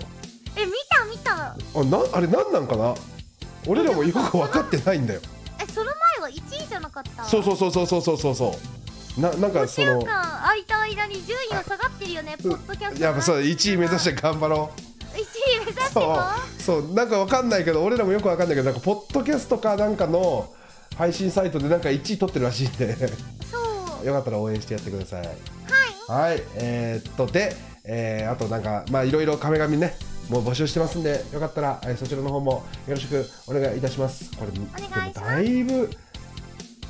Speaker 2: え見た見た
Speaker 1: あなあれ何なんかな俺らもよく分かってないんだよ
Speaker 2: えその前は1位じゃなかった
Speaker 1: そうそうそうそうそうそうそうそうななんかそ
Speaker 2: 5
Speaker 1: の
Speaker 2: 週間空いた間に順位は下がってるよ ねポッドキャスト
Speaker 1: やっぱそう1位目指してて頑張ろう
Speaker 2: 1位目指しても
Speaker 1: そうそうなんか分かんないけど俺らもよく分かんないけどなんかポッドキャストかなんかの配信サイトでなんか1位取ってるらしいんで
Speaker 2: そう
Speaker 1: よかったら応援してやってください
Speaker 2: はい
Speaker 1: はい、えーっとで、えーあとなんかまあいろいろ壁紙ねもう募集してますんでよかったら、えーそちらの方もよろしくお願いいたします。これでも
Speaker 2: 願いします
Speaker 1: だいぶ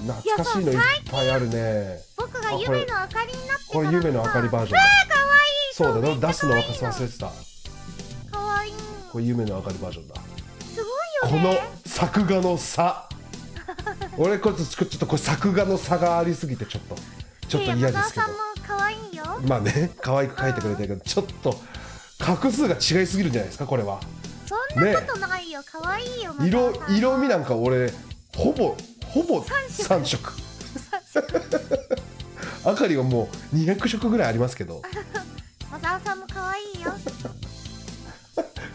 Speaker 1: 懐かしいのい
Speaker 2: い
Speaker 1: っ
Speaker 2: やそう
Speaker 1: ぱいあるね。
Speaker 2: 僕が夢の明かりになって
Speaker 1: こ
Speaker 2: から
Speaker 1: れ夢の明かりバージョン
Speaker 2: わあかわいい
Speaker 1: そうだ
Speaker 2: めっ
Speaker 1: な
Speaker 2: ちゃ
Speaker 1: 出すの
Speaker 2: 可愛い
Speaker 1: 忘れてた。
Speaker 2: かわいい
Speaker 1: これ夢の明かりバージョンだ。
Speaker 2: すごい
Speaker 1: こ
Speaker 2: よ
Speaker 1: の
Speaker 2: ね
Speaker 1: 作画の差。俺これちょっとこれ作画の差がありすぎてちょっとちょっと
Speaker 2: いや
Speaker 1: 嫌ですけど
Speaker 2: 野。沢さんもかわいいよ
Speaker 1: まあね可愛く描いてくれてるけどちょっと画数が違いすぎるんじゃないですかこれは。
Speaker 2: そんなことないよかわいいよ野
Speaker 1: 色
Speaker 2: 沢さん
Speaker 1: 色味 なんか俺ほぼほぼ
Speaker 2: 3
Speaker 1: 3色あかりはもう200色ぐらいありますけど
Speaker 2: 野沢さんもかわいいよ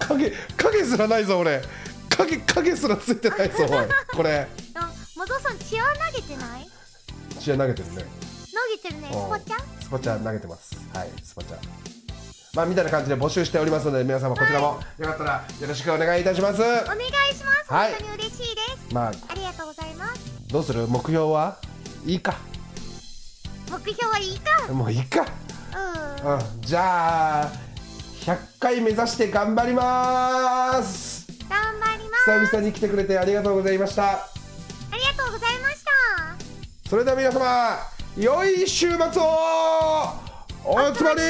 Speaker 1: 影影すらないぞ俺影影すらついてないぞおいこれ
Speaker 2: あ野沢さんチア投げてない
Speaker 1: 試合投げてるね
Speaker 2: 投げてるねスパちゃん
Speaker 1: スポチャ投げてますはいスポチャまあみたいな感じで募集しておりますので皆様こちらもよかったらよろしくお願いいたします
Speaker 2: お願いします
Speaker 1: はい
Speaker 2: 本当に嬉しいです
Speaker 1: まあ
Speaker 2: ありがとうございます
Speaker 1: どうする目標はいいか
Speaker 2: 目標はいいか
Speaker 1: もういいか
Speaker 2: うん
Speaker 1: うんじゃあ100回目指して頑張ります
Speaker 2: 頑張ります
Speaker 1: 久々に来てくれてありがとうございました
Speaker 2: ありがとうございました
Speaker 1: それでは皆様良い週末をおつまり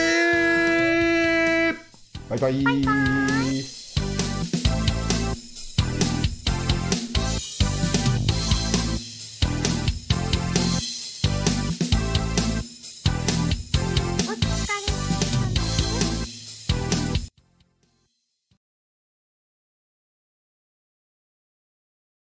Speaker 1: バイバイ